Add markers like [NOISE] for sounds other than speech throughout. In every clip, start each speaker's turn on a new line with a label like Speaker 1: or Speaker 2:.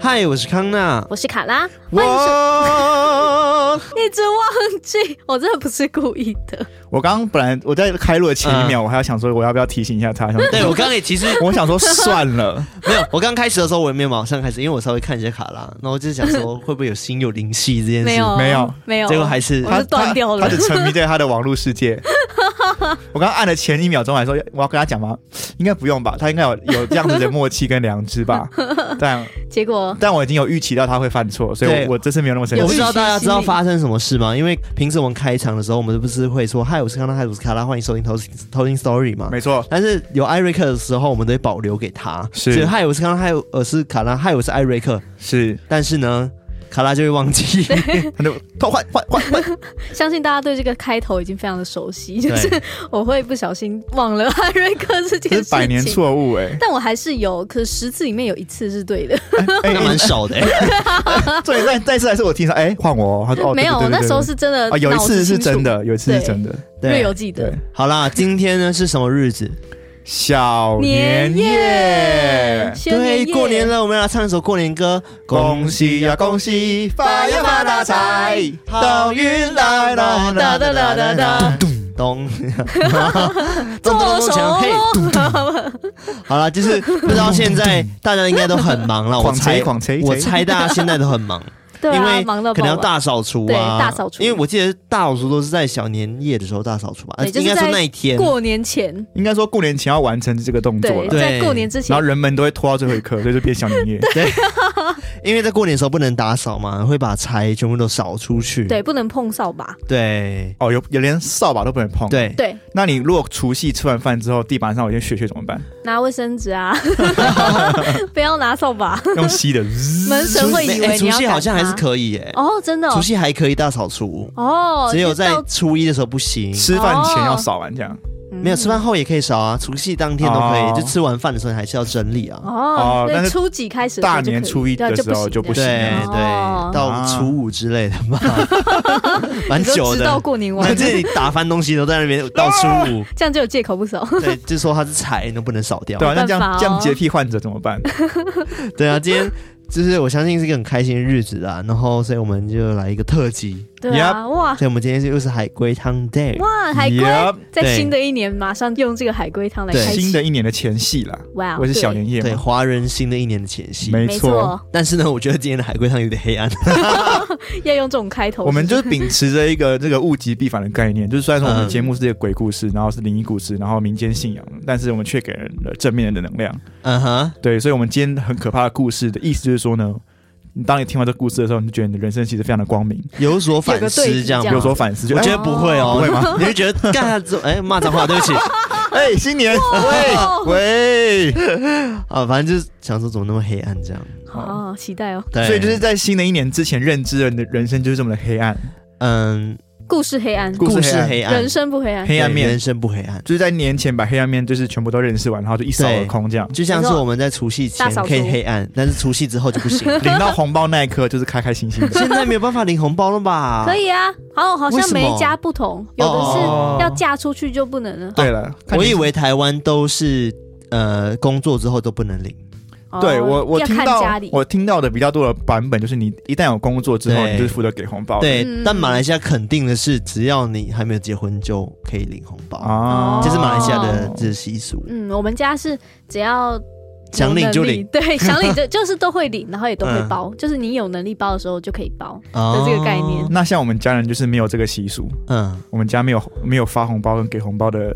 Speaker 1: 嗨，我是康娜。
Speaker 2: 我是卡拉，欢迎收。
Speaker 1: 我
Speaker 2: 一直忘记，我真的不是故意的。
Speaker 3: 我刚刚本来我在开录的前
Speaker 2: 嗯
Speaker 3: 一秒，我还要想说我要不要提醒一下他，想说
Speaker 1: 对我刚刚也其实
Speaker 3: [LAUGHS] 我想说算了，
Speaker 1: 没有，我刚开始的时候我也没有马上开始，因为我稍微看一下卡拉，然后我就是想说会不会有心有灵犀这件事，
Speaker 2: 没有，
Speaker 3: 没有，
Speaker 2: 没有，
Speaker 1: 结果还是
Speaker 2: 我
Speaker 3: 他
Speaker 2: 是断掉了
Speaker 3: 他，他只沉迷在他的网络世界。 [LAUGHS] 我刚刚按了前一秒钟来说，哎我要跟他讲吗？应该不用吧，他应该有有这样子的默契跟良
Speaker 2: [LAUGHS]
Speaker 3: 知吧。但
Speaker 2: 结果
Speaker 3: 但我已经有预期到他会犯错，所以
Speaker 1: 对
Speaker 3: 我我这次没有那么生
Speaker 1: 我
Speaker 2: 有
Speaker 1: 不
Speaker 3: 气
Speaker 1: 知。道大家知道
Speaker 2: 有预期心理
Speaker 1: 发生什么事吗？因为平时我们开场的时候，我们不是会说“嗨，我是康纳，嗨，我是卡拉，欢迎收听偷
Speaker 2: [LAUGHS]
Speaker 1: 听偷听 Story” 嘛？
Speaker 3: 没错，
Speaker 1: 但是有艾瑞克的时候，我们都会保留给他。
Speaker 3: 是
Speaker 1: 所以嗨，我是康纳，嗨，我是卡拉，嗨，我是艾瑞克。
Speaker 3: 是
Speaker 1: 但是呢，卡拉就会忘
Speaker 2: [LAUGHS]
Speaker 1: 记。
Speaker 3: 他就偷换换换换，
Speaker 2: 相信大家对这个开头已经非常的熟悉，就
Speaker 1: 对
Speaker 2: 是我会不小心忘了艾瑞克这件事
Speaker 3: 这是
Speaker 2: 情。，
Speaker 3: 百年错误
Speaker 2: [LAUGHS]
Speaker 3: 哎
Speaker 2: 但我还是有，可十次里面有一次是对的，
Speaker 3: 哎
Speaker 1: 那蛮
Speaker 2: [LAUGHS]
Speaker 1: 少的、欸，
Speaker 3: 对，那那一次还是我听说，哎，换我哦，他说哦，对
Speaker 2: 没有，
Speaker 3: 对对对
Speaker 2: 那时候是真的
Speaker 3: 啊，有一
Speaker 2: 脑子
Speaker 3: 次是
Speaker 2: 清楚
Speaker 3: 真，的，有一次是真的，
Speaker 2: 略
Speaker 1: 对
Speaker 2: 有，记
Speaker 3: 对
Speaker 2: 得。，
Speaker 1: 好啦，今天呢是什么日子？
Speaker 3: 小年夜
Speaker 2: 夜，，轩
Speaker 1: 对，
Speaker 2: 辕夜
Speaker 1: 过年。了，我们要唱一首过年歌。
Speaker 3: 恭喜呀恭喜，发呀发大财，到云来啦啦。
Speaker 2: 哒哒哒哒哒，
Speaker 1: 咚咚
Speaker 2: 做
Speaker 1: 咚咚
Speaker 2: 手
Speaker 1: 锵嘿！
Speaker 2: 喽！
Speaker 1: 好了，就是不知道现在大家应该都很忙了，我
Speaker 3: 狂
Speaker 1: 猜
Speaker 3: 吹，狂吹，
Speaker 1: 我猜大家现在都很忙，
Speaker 2: 对
Speaker 1: 因
Speaker 2: 啊，
Speaker 1: 为
Speaker 2: 忙到
Speaker 1: 可
Speaker 2: 爆
Speaker 1: 能要
Speaker 2: 了。
Speaker 1: 大扫除啊，
Speaker 2: 对大扫除
Speaker 1: 因为我记得大扫除都是在小年夜的时候大扫除吧，
Speaker 2: 对就是
Speaker 1: 应该说那一天，
Speaker 2: 过年前，
Speaker 3: 应该说过年前要完成这个动作
Speaker 2: 对，
Speaker 3: 了，
Speaker 2: 在
Speaker 1: 对
Speaker 2: 过年之
Speaker 3: 然
Speaker 2: 前
Speaker 3: 后，人们都会拖到最后一刻，所以就变小
Speaker 2: [LAUGHS]
Speaker 3: 年夜。
Speaker 1: 因为在过年的时候不能打扫嘛，会把柴全部都扫出去。
Speaker 2: 对，不能碰扫把，
Speaker 1: 对
Speaker 3: 哦，有有连扫把都不能碰。，
Speaker 1: 对，
Speaker 2: 对，
Speaker 3: 那你如果除夕吃完饭之后，地板上有些血血怎
Speaker 2: [LAUGHS]
Speaker 3: 么办？
Speaker 2: 拿卫生
Speaker 1: [LAUGHS]
Speaker 2: 纸啊，不要拿扫把。
Speaker 3: 用吸的，
Speaker 2: 门神会以
Speaker 1: 哎
Speaker 2: 为你
Speaker 1: 除
Speaker 2: 要
Speaker 1: 夕
Speaker 2: 赶
Speaker 1: 好像还
Speaker 2: 他
Speaker 1: 是可以耶，
Speaker 2: 哦，真的哦
Speaker 1: 除夕还可以大扫除，
Speaker 2: 哦，
Speaker 1: 只有在
Speaker 2: 到嗯
Speaker 1: 初一的时候不行。
Speaker 3: 吃饭前要扫完这样。
Speaker 1: 没有吃饭后也可以扫啊，除夕当天都可
Speaker 3: 哦
Speaker 1: 以，就吃完饭的时候你还是要整理啊。
Speaker 2: 哦
Speaker 3: 哦，
Speaker 2: 对
Speaker 3: 但是
Speaker 2: 初几开始的时候
Speaker 3: 大
Speaker 2: 就可以，
Speaker 3: 年初一
Speaker 2: 对
Speaker 3: 的时候就
Speaker 2: 不
Speaker 3: 不
Speaker 1: 对
Speaker 3: 行
Speaker 2: 行
Speaker 3: 了
Speaker 2: 了。哦
Speaker 1: 对，到初五之类的吧，蛮
Speaker 2: [LAUGHS] 你
Speaker 1: 久
Speaker 2: 都知道
Speaker 1: 的。
Speaker 2: 过年
Speaker 1: 那
Speaker 2: 完，
Speaker 1: 这里打翻东西都在那边到初
Speaker 2: [LAUGHS]
Speaker 1: 五，
Speaker 2: 这样就有借口
Speaker 1: [LAUGHS]
Speaker 2: 不扫。
Speaker 1: 对，就说它是财，都不能少掉
Speaker 3: 对。啊，那这
Speaker 2: 没办法
Speaker 3: 样
Speaker 2: 哦
Speaker 3: 这样洁癖患者怎么
Speaker 2: [LAUGHS]
Speaker 3: 办？
Speaker 1: 对啊，今天就是我相信是一个很开心的日子啊，然后所以我们就来一个特辑，
Speaker 2: 对啊，哇
Speaker 1: 所以我们今天是又是海龟汤 day。
Speaker 2: 哇，海龟
Speaker 3: Yup，
Speaker 2: 在
Speaker 1: 对
Speaker 2: 新的一年马上用这个海龟汤来
Speaker 1: 对
Speaker 2: 开启。
Speaker 3: 新的一年的前戏啦，
Speaker 2: 哇哦，
Speaker 3: 我是小
Speaker 2: 对
Speaker 3: 年夜
Speaker 1: 对，
Speaker 3: 嘛，
Speaker 1: 华人新的一年的前夕。
Speaker 3: 没
Speaker 2: 没
Speaker 3: 错。
Speaker 2: 错，
Speaker 1: 但是呢，我觉得今天的海龟汤有点黑暗。
Speaker 2: 要用这种开头。
Speaker 3: 我们哦就是秉持着一个这个物极必反的概念，就是虽然说我们
Speaker 1: 嗯
Speaker 3: 节目是这个鬼故事，然后是灵异故事，然后民间信仰，但是我们却给人了正面的能量。
Speaker 1: 嗯哼，
Speaker 3: 对，所以，我们今天很可怕的故事的意思就是说呢，你当你听完这故事的时候，你就觉得你的人生其实非常的光明，
Speaker 1: 有所反
Speaker 2: 有个对
Speaker 1: 思
Speaker 2: 比
Speaker 1: 这样
Speaker 2: 这
Speaker 1: 吗，
Speaker 2: 样
Speaker 3: 有所反思。就
Speaker 1: 我
Speaker 3: 哎
Speaker 1: 觉得不会哦，
Speaker 3: 不会吗？
Speaker 1: [LAUGHS] 你会觉得干这哎骂脏话，对不起啊
Speaker 3: [LAUGHS] 哎，
Speaker 1: [LAUGHS]
Speaker 3: 新年
Speaker 2: 哦
Speaker 3: [LAUGHS] 喂喂，，
Speaker 1: 啊反正就是想说怎么那么黑暗这样。
Speaker 2: 哦，期待哦，
Speaker 1: 对，
Speaker 3: 所以就是在新的一年之前，认知了你的人生就是这么的黑暗，
Speaker 1: 嗯，
Speaker 2: 故事黑暗，
Speaker 3: 故
Speaker 1: 故
Speaker 3: 事
Speaker 1: 事
Speaker 3: 黑
Speaker 1: 黑暗，
Speaker 2: 人生不黑暗。
Speaker 3: 黑暗
Speaker 1: 对
Speaker 3: 面
Speaker 1: 人生不黑暗。
Speaker 3: 就是在年前把黑暗面就是全部都认识完，然后就一扫而空 [LAUGHS] 这样。
Speaker 1: 就像是我们在除夕前
Speaker 2: 大扫除
Speaker 1: 可以黑暗，但是除夕之后就不
Speaker 3: [LAUGHS]
Speaker 1: 行。
Speaker 3: 领到红包那一刻，就是开开心心的。
Speaker 1: 现在没有办法领红包了吧？
Speaker 2: 可。以啊，好，好
Speaker 1: 为
Speaker 2: 像
Speaker 1: 什么
Speaker 2: 每一家不同，有的
Speaker 3: 哦
Speaker 2: 是要嫁出去就不能了。
Speaker 3: 对了，看
Speaker 1: 我
Speaker 3: 你
Speaker 1: 以为台湾都是呃工作之后都不能领。
Speaker 2: 哦
Speaker 3: 对我我
Speaker 2: 要
Speaker 3: 听
Speaker 2: 看
Speaker 3: 到
Speaker 2: 家里
Speaker 3: 我听到的比较多的版本，就是你一旦有工作之后，
Speaker 1: 对
Speaker 3: 你就是负责给红包的。
Speaker 1: 对
Speaker 2: 嗯，
Speaker 1: 但马来西亚肯定的是，只要你还没有结婚就可以领红包，
Speaker 3: 啊，
Speaker 1: 这是马来西亚的这是习俗。
Speaker 2: 嗯，我们家是只要
Speaker 1: 想领就领
Speaker 2: 有能力，
Speaker 3: [LAUGHS]
Speaker 2: 对，想领就就是都会领，然后也都会
Speaker 3: 嗯
Speaker 2: 包，就是你有能力包的时候就可以包。
Speaker 1: 哦
Speaker 2: 这个概念
Speaker 3: 那像我们家人就是没有这个习俗，
Speaker 1: 嗯，
Speaker 3: 我们家没有没有发红包跟给红包的。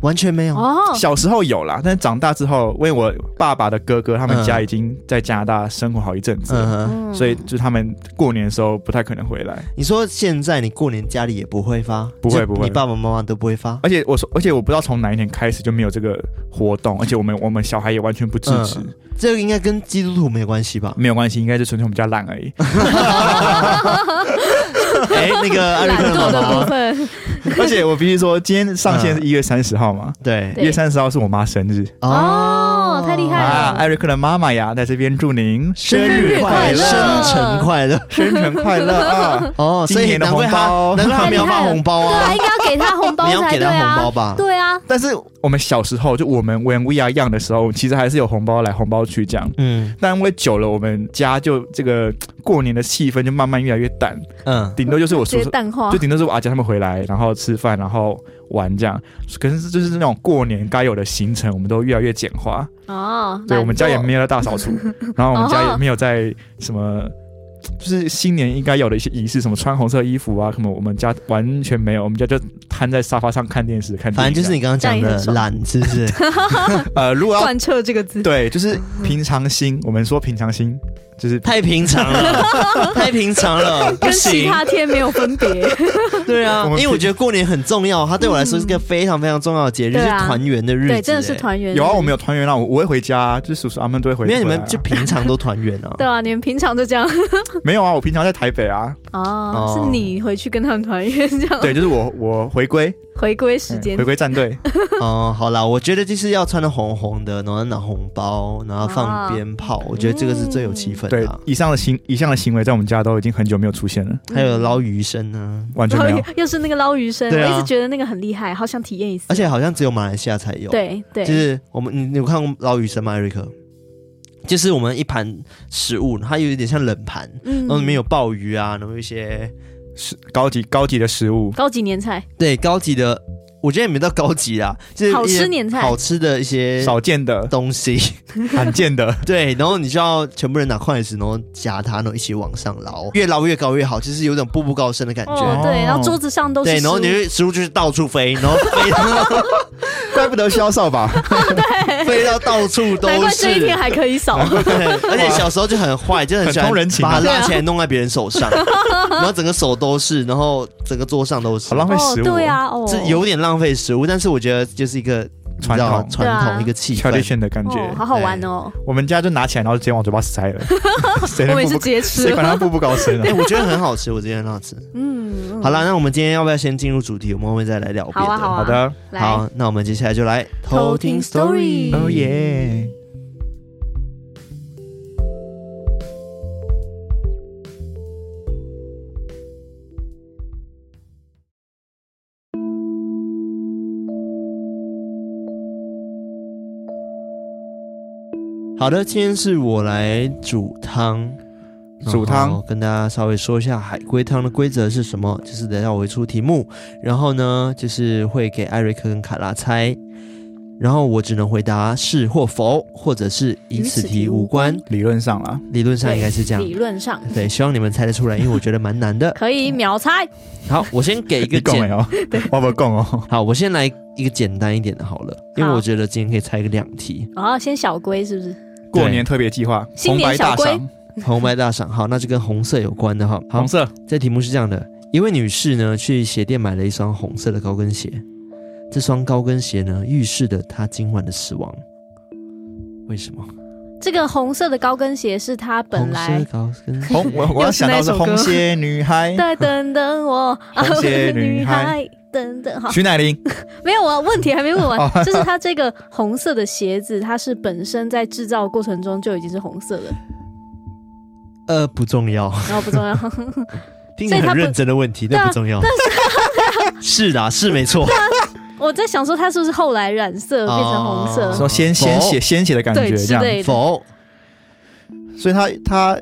Speaker 1: 完全没有。
Speaker 2: 哦，
Speaker 3: 小时候有啦，但是长大之后，因为我爸爸的哥哥他们
Speaker 1: 嗯
Speaker 3: 家已经在加拿大生活好一阵子了，
Speaker 1: 嗯哼，
Speaker 2: 嗯
Speaker 3: 啊所以就他们过年的时候不太可能回来。
Speaker 1: 你说现在你过年家里也不会发，
Speaker 3: 不会
Speaker 1: 就
Speaker 3: 不会
Speaker 1: 你爸爸妈妈都不会发。
Speaker 3: 而且我说，而且我不知道从哪一年开始就没有这个活动，而且我们我们小孩也完全不支持。？
Speaker 1: 嗯这个应该跟基督徒没有关系吧
Speaker 3: [LAUGHS] 没有关系，应该就纯粹我们家烂而已。
Speaker 1: 哎，那个艾瑞
Speaker 2: 懒
Speaker 1: 克
Speaker 2: 惰
Speaker 1: 的
Speaker 3: 啊
Speaker 2: 的
Speaker 1: 妈
Speaker 2: 部
Speaker 1: 妈，
Speaker 2: 分，
Speaker 3: [LAUGHS] 而且我必须说，今天上线是一月三十号嘛，
Speaker 1: 对
Speaker 2: 对
Speaker 3: 一月三十号是我妈生日
Speaker 2: 哦太厉害了
Speaker 3: 啊！艾瑞克的妈妈呀，在这边祝您
Speaker 1: 生
Speaker 2: 日快乐
Speaker 1: 生辰快乐
Speaker 3: [LAUGHS] 生辰快乐啊！
Speaker 1: [LAUGHS] 哦！所
Speaker 3: 今
Speaker 1: 以
Speaker 3: 年的
Speaker 1: 难怪
Speaker 3: 红
Speaker 1: 他，
Speaker 3: 包
Speaker 1: 难怪他没有发红包
Speaker 2: 对
Speaker 1: 啊
Speaker 2: 啊，！应该要给他红包
Speaker 3: [LAUGHS]
Speaker 1: 你要
Speaker 2: 才
Speaker 1: 给
Speaker 2: 对
Speaker 1: 他红
Speaker 2: 啊
Speaker 1: 包。吧？
Speaker 2: 对啊，
Speaker 3: 但是我们小时候，就我们 when we are young 的时候，其实还是有红包来红包去这
Speaker 2: 啊
Speaker 3: 样。
Speaker 1: 嗯
Speaker 3: 但因为久了，我们家就这个过年的气氛就慢慢越来越淡，
Speaker 1: 嗯，
Speaker 3: 顶多就是我叔
Speaker 2: 直接
Speaker 3: 叔，
Speaker 2: 淡化
Speaker 3: 就。顶多是我阿姐他们回来，然后吃饭，然后玩这样。可是就是那种过年该有的行程，我们都越来越简化。
Speaker 2: 哦，
Speaker 3: 对，我们家也没
Speaker 2: 有。
Speaker 3: 有在大扫
Speaker 1: [LAUGHS]
Speaker 3: 除，然后我们家也没有在什么。就是新年应该有的一些仪式，什么穿红色衣服啊，什么我们家完全没有，我们家就瘫在沙发上看电视，看电影
Speaker 1: 反正就是你刚刚讲
Speaker 2: 这样也
Speaker 1: 的
Speaker 2: 很爽
Speaker 1: 懒，是不是？
Speaker 3: 呃，如果要
Speaker 2: 贯彻这个字，
Speaker 3: 对，就是平常心。我们说平常心，就是
Speaker 1: 太平常
Speaker 2: [LAUGHS]
Speaker 1: 了，太平常了，不
Speaker 2: 跟其
Speaker 1: 行。
Speaker 2: 他天没有分
Speaker 3: [LAUGHS]
Speaker 2: 别。
Speaker 1: 对啊，因
Speaker 3: 我们
Speaker 1: 为我觉得过年很重要，它对我来说是个非常非常重要的节日，
Speaker 2: 嗯对
Speaker 1: 是
Speaker 2: 啊
Speaker 1: 团圆的日子。
Speaker 2: 对，真的是
Speaker 1: 哎。
Speaker 2: 团圆。
Speaker 3: 有啊，我们有团圆啦，我我会回家啊，就是叔叔阿们都会回。
Speaker 1: 没有你
Speaker 3: 回
Speaker 1: 们
Speaker 3: 来啊
Speaker 1: 就平常都团圆啊。
Speaker 2: 对啊，你们平常就这样
Speaker 3: 没有啊，我平常在台北啊，
Speaker 2: 哦，是你回去跟他们团圆这
Speaker 1: 哦
Speaker 2: 样。
Speaker 3: 对，就是我我回归
Speaker 2: 回归时
Speaker 3: 嗯
Speaker 2: 间
Speaker 3: 回，归战
Speaker 1: [LAUGHS]
Speaker 3: 队，
Speaker 1: 哦，好啦，我觉得就是要穿的红红的，然后拿红包，然后放鞭
Speaker 2: 嗯
Speaker 1: 炮，我觉得这个是最有气氛
Speaker 3: 对
Speaker 1: 的啊。，
Speaker 3: 以上的行以上的行为在我们家都已经很久没有出现了，
Speaker 1: 还有捞鱼啊生呢，
Speaker 3: 完全
Speaker 1: [LAUGHS]
Speaker 2: 然后
Speaker 3: 没
Speaker 2: 又
Speaker 3: 有。
Speaker 2: 又是那个捞鱼生，
Speaker 1: 对啊
Speaker 2: 我一直觉得那个很厉害，好想体验一次。
Speaker 1: 而且好像只有马来西亚才有。，
Speaker 2: 对对，
Speaker 1: 就是我们你你有看过捞鱼生吗，艾瑞克？就是我们一盘食物，它有一点像冷盘，
Speaker 2: 嗯
Speaker 1: 然后里面有鲍鱼啊，然后一些
Speaker 3: 是高级高级的食物，
Speaker 2: 高级年菜，
Speaker 1: 对高级的，我觉得也没到高级啦，就是
Speaker 2: 好
Speaker 1: 一些
Speaker 2: 吃年菜
Speaker 1: 好吃的一些
Speaker 3: 少见的、
Speaker 1: 东西。，
Speaker 3: 罕见的
Speaker 1: 对，然后你就要全部人拿筷子，然后夹它，然后一起往上捞，越捞越高越好，就是有种步步高升的感觉。
Speaker 2: 哦对，然后桌子上都是
Speaker 1: 对，然后
Speaker 2: 食物
Speaker 1: 你就食物就是到处飞，
Speaker 2: [LAUGHS]
Speaker 1: 然后飞到
Speaker 3: 怪不得肖少吧？
Speaker 1: 飞到到处都
Speaker 2: 难怪这一
Speaker 1: 是
Speaker 2: 天。还可以扫，
Speaker 1: [LAUGHS] 对而且小时候就很坏，就很喜欢
Speaker 3: 很通人情
Speaker 1: 把
Speaker 3: 啊
Speaker 1: 它拉起来弄在别人手
Speaker 2: [LAUGHS]
Speaker 1: 上，然后整个手都是，然后整个桌上都是
Speaker 3: 好，浪费
Speaker 2: 哦
Speaker 3: 食物，
Speaker 2: 对啊，哦，
Speaker 1: 这有点浪费食物，但是我觉得就是一个你知
Speaker 3: 传
Speaker 1: 道
Speaker 3: 统
Speaker 1: 传
Speaker 2: 对
Speaker 1: 统
Speaker 2: 啊
Speaker 1: 一个气氛。
Speaker 3: tradition 的感觉
Speaker 2: 哦，。好好玩哦，
Speaker 3: 我们家就拿起来，然后直接往嘴巴塞
Speaker 2: [LAUGHS]
Speaker 3: 了，谁
Speaker 2: 我
Speaker 3: 能
Speaker 2: 也
Speaker 3: 步
Speaker 2: 是
Speaker 3: 步
Speaker 2: 直接
Speaker 3: 谁
Speaker 2: 吃了，
Speaker 3: 管他步步高升啊
Speaker 2: [LAUGHS]
Speaker 1: 哎，？我觉得很好吃，我觉得很好吃。
Speaker 2: 嗯，嗯
Speaker 1: 好啦，那我们今天要不要先进入主题？我们后面再来聊别的。
Speaker 2: 好啊好啊
Speaker 3: 好的，
Speaker 2: 来
Speaker 1: 好，那我们接下来就来 Oh
Speaker 2: 偷听 story
Speaker 3: 哦耶！
Speaker 1: 好的，今天是我来煮汤，
Speaker 3: 煮
Speaker 1: 然后
Speaker 3: 汤，
Speaker 1: 跟大家稍微说一下海龟汤的规则是什么，就是等一下我会出题目，然后呢，就是会给艾瑞克跟卡拉猜，然后我只能回答是或否，或者是与此题无关，
Speaker 3: 理论上啦，
Speaker 1: 理论上应该是这样。
Speaker 2: 理论上
Speaker 1: 对，希望你们猜得出来，因为我觉得蛮难的。
Speaker 2: 可以秒猜，
Speaker 1: 好，我先给一个
Speaker 3: [LAUGHS] 你讲
Speaker 1: 简
Speaker 3: 没有？我不讲哦。
Speaker 1: 好，我先来一个简单一点的好了，因为
Speaker 2: 好
Speaker 1: 我觉得今天可以猜个两题。
Speaker 2: 然哦后先小龟是不是？
Speaker 3: 过年特别计划，
Speaker 2: 新
Speaker 3: 红
Speaker 2: 年
Speaker 3: 白
Speaker 2: 小
Speaker 3: 大
Speaker 2: 龟
Speaker 3: 赏，
Speaker 1: 红白大赏，好，那就跟红色有关的哈。好
Speaker 3: 红，色
Speaker 1: 这题目是这样的：一位女士呢去鞋店买了一双红色的高跟鞋，这双高跟鞋呢预示着她今晚的死亡。为什么？
Speaker 2: 这个红色的高跟鞋是他本
Speaker 1: 红色
Speaker 2: 来
Speaker 1: 的高跟鞋，
Speaker 3: 红，我我要想到是
Speaker 2: 又是那首歌
Speaker 3: 红鞋女孩，
Speaker 2: 对，等等我，啊
Speaker 3: 红鞋
Speaker 2: [LAUGHS]
Speaker 3: 女
Speaker 2: 女
Speaker 3: 孩，
Speaker 2: 孩，等等，好，
Speaker 3: 徐乃麟，
Speaker 2: 没有，我问题还没问完，就是它这个红色的鞋子，它是本身在制造过程中就已经是红色的，
Speaker 1: 呃，不重要，
Speaker 2: 然后不重要， [LAUGHS]
Speaker 1: 听着
Speaker 2: 所以
Speaker 1: 很
Speaker 2: 她不
Speaker 1: 认真的问题，那
Speaker 2: 对啊
Speaker 1: 不重要。 [LAUGHS] 是的，是没错。
Speaker 2: 我在想说它是不是后来染色变成红色，
Speaker 1: 哦
Speaker 3: 说鲜鲜血鲜血的感觉
Speaker 2: 对
Speaker 3: 这
Speaker 2: 之
Speaker 3: 样，
Speaker 2: 类的，
Speaker 1: 否，
Speaker 3: 所以他他，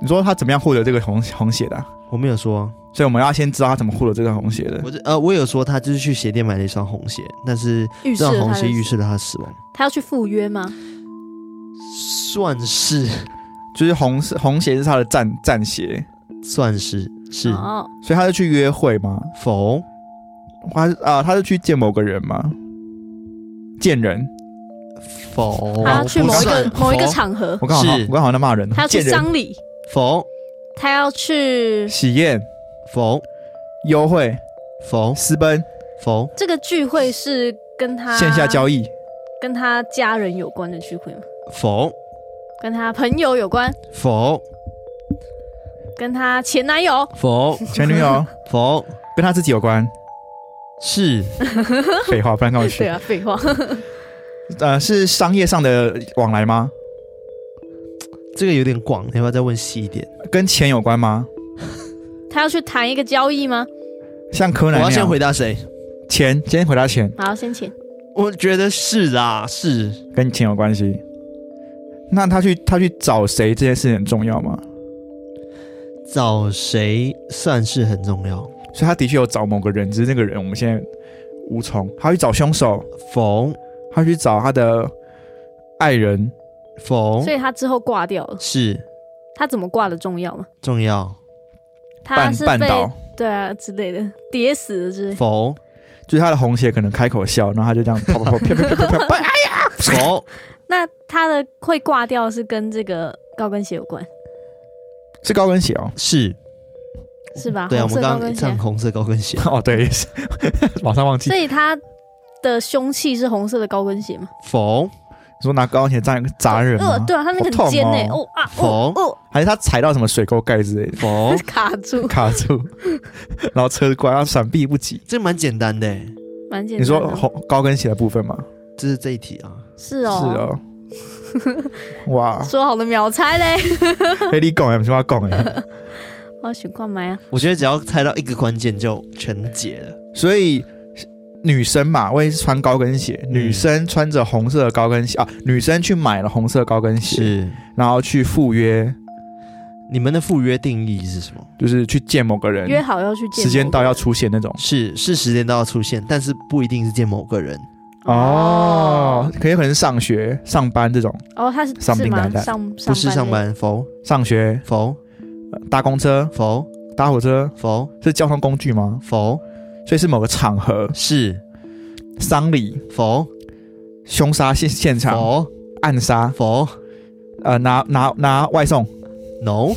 Speaker 3: 你说他怎么样获得这个红红血的啊？
Speaker 1: 我没有说，
Speaker 3: 所以我们要先知道他怎么获得这个红血的
Speaker 1: 我。这呃，我有说她就是去鞋店买了一双红鞋，但是
Speaker 2: 预
Speaker 1: 这
Speaker 2: 示
Speaker 1: 双
Speaker 2: 了
Speaker 1: 红
Speaker 2: 它
Speaker 1: 鞋
Speaker 2: 的
Speaker 1: 预示了她的死亡，
Speaker 2: 它要去赴约吗？
Speaker 1: 算是
Speaker 3: 就是红色红鞋是他的战战鞋，
Speaker 1: 算是是
Speaker 2: 哦，
Speaker 3: 所以他是去约会吗？
Speaker 1: 否。
Speaker 3: 他是啊，他是去见某个人吗？见人，
Speaker 1: 否，
Speaker 2: 他要去某一个
Speaker 1: 不算
Speaker 2: 某一个
Speaker 1: 否
Speaker 2: 场合，
Speaker 3: 我刚好
Speaker 1: 是
Speaker 3: 我刚好在骂人，
Speaker 2: 他要去
Speaker 3: 见人
Speaker 2: 丧礼，
Speaker 1: 否
Speaker 2: 他要去
Speaker 3: 喜宴
Speaker 1: 否
Speaker 3: 幽会
Speaker 1: 否
Speaker 3: 私奔
Speaker 1: 否
Speaker 2: 这个聚会是跟他
Speaker 3: 线下交易，
Speaker 2: 跟他家人有关的聚会吗？
Speaker 1: 否
Speaker 2: 跟他朋友有关，
Speaker 1: 否
Speaker 2: 跟他前男友
Speaker 1: 否
Speaker 3: 前女
Speaker 2: [LAUGHS]
Speaker 3: 友
Speaker 1: 否
Speaker 3: 跟他自己有关，
Speaker 1: 是
Speaker 3: 废话，不然跟我
Speaker 2: 对
Speaker 3: 去。
Speaker 2: 啊，废话， [LAUGHS]
Speaker 3: 呃，是商业上的往来吗？
Speaker 1: 这个有点广，你要不要再问细一点？
Speaker 3: 跟钱有关吗？
Speaker 2: 他要去谈一个交易吗？
Speaker 3: 像柯
Speaker 1: 我
Speaker 3: 南
Speaker 1: 要
Speaker 3: 那
Speaker 1: 先
Speaker 3: 样
Speaker 1: 回，答谁？
Speaker 3: 钱，今天回答钱，
Speaker 2: 好，先请。
Speaker 1: 我觉得是啊，是
Speaker 3: 跟钱有关系。那他去他去找谁这件事很重要吗？
Speaker 1: 找谁算是很重要。
Speaker 3: 所以他的确有找某个人，只是那个人我们现在无从。他去找凶手，
Speaker 1: 否
Speaker 3: 他去找他的爱人，
Speaker 1: 否
Speaker 2: 所以他之后挂掉了，
Speaker 1: 是
Speaker 2: 他怎么挂的重要吗？
Speaker 1: 重要，
Speaker 2: 他
Speaker 3: 绊
Speaker 2: 是
Speaker 3: 绊
Speaker 2: 被
Speaker 3: 倒，
Speaker 2: 对啊之类的跌死的之类的。
Speaker 1: 否
Speaker 3: 就是他的红鞋可能开口笑，然后他就这样跑跑跑，啪啪啪啪啪啪，哎
Speaker 1: 否
Speaker 2: 那他的会挂掉是跟这个高跟鞋有关
Speaker 3: 是高跟鞋哦。
Speaker 1: 是。
Speaker 2: 是吧？
Speaker 1: 对啊，我
Speaker 2: 红色
Speaker 1: 们
Speaker 2: 高
Speaker 1: 刚刚
Speaker 2: 跟
Speaker 1: 唱
Speaker 2: 鞋，
Speaker 1: 红色高跟鞋，
Speaker 3: 哦，对，是马上忘记。
Speaker 2: 所
Speaker 3: 你
Speaker 2: 以他的凶器是红色的高跟鞋吗？
Speaker 1: 否
Speaker 3: 说拿高跟鞋这样砸人吗
Speaker 2: 呃，？对啊，他那个
Speaker 3: 好痛
Speaker 2: 很尖呢、
Speaker 3: 哦
Speaker 2: 哦啊，哦哦，，
Speaker 3: 还是他踩到什么水沟盖之类的
Speaker 1: 否
Speaker 2: 卡住，
Speaker 3: 卡住，然后车刮，然后闪避不及。
Speaker 1: 这蛮简单的欸，
Speaker 2: 蛮简
Speaker 3: 你
Speaker 2: 单的。
Speaker 3: 说红高跟鞋的部分吗？
Speaker 1: 这是这一题啊。
Speaker 2: 是
Speaker 3: 是
Speaker 2: 哦，
Speaker 3: 哦。哇，
Speaker 2: 说好的秒猜嘞，
Speaker 3: 黑你讲哎，不是我讲哎。
Speaker 2: 我选矿买啊，
Speaker 1: 我觉得只要猜到一个关键就全解了。
Speaker 3: 所以女生嘛，我也是穿高跟鞋。女生穿着红色的高跟鞋啊，女生去买了红色高跟鞋，
Speaker 1: 是
Speaker 3: 然后去赴约，
Speaker 1: 你们的赴约定义是什么？
Speaker 3: 就是去见某个人，
Speaker 2: 约好要去见，
Speaker 3: 嗯时间到要出现那种。
Speaker 1: 是是时间都要出现，但是不一定是见某个人。
Speaker 3: 哦，可以可能是上学、上班这种，
Speaker 2: 哦，他是
Speaker 3: 上
Speaker 2: 是
Speaker 3: 班
Speaker 2: 吗
Speaker 3: 来？的
Speaker 2: 上
Speaker 1: 不是上
Speaker 2: 类
Speaker 1: 班，否
Speaker 3: 上学、
Speaker 1: 否
Speaker 3: 呃搭公车、
Speaker 1: 否
Speaker 3: 搭火车
Speaker 1: 否
Speaker 3: 是交通工具吗？
Speaker 1: 否
Speaker 3: 所以是某个场合，
Speaker 1: 是
Speaker 3: 丧礼、
Speaker 1: 否
Speaker 3: 凶杀现现场、
Speaker 1: 否
Speaker 3: 暗杀，
Speaker 1: 否
Speaker 3: 呃，拿拿拿外送，
Speaker 1: no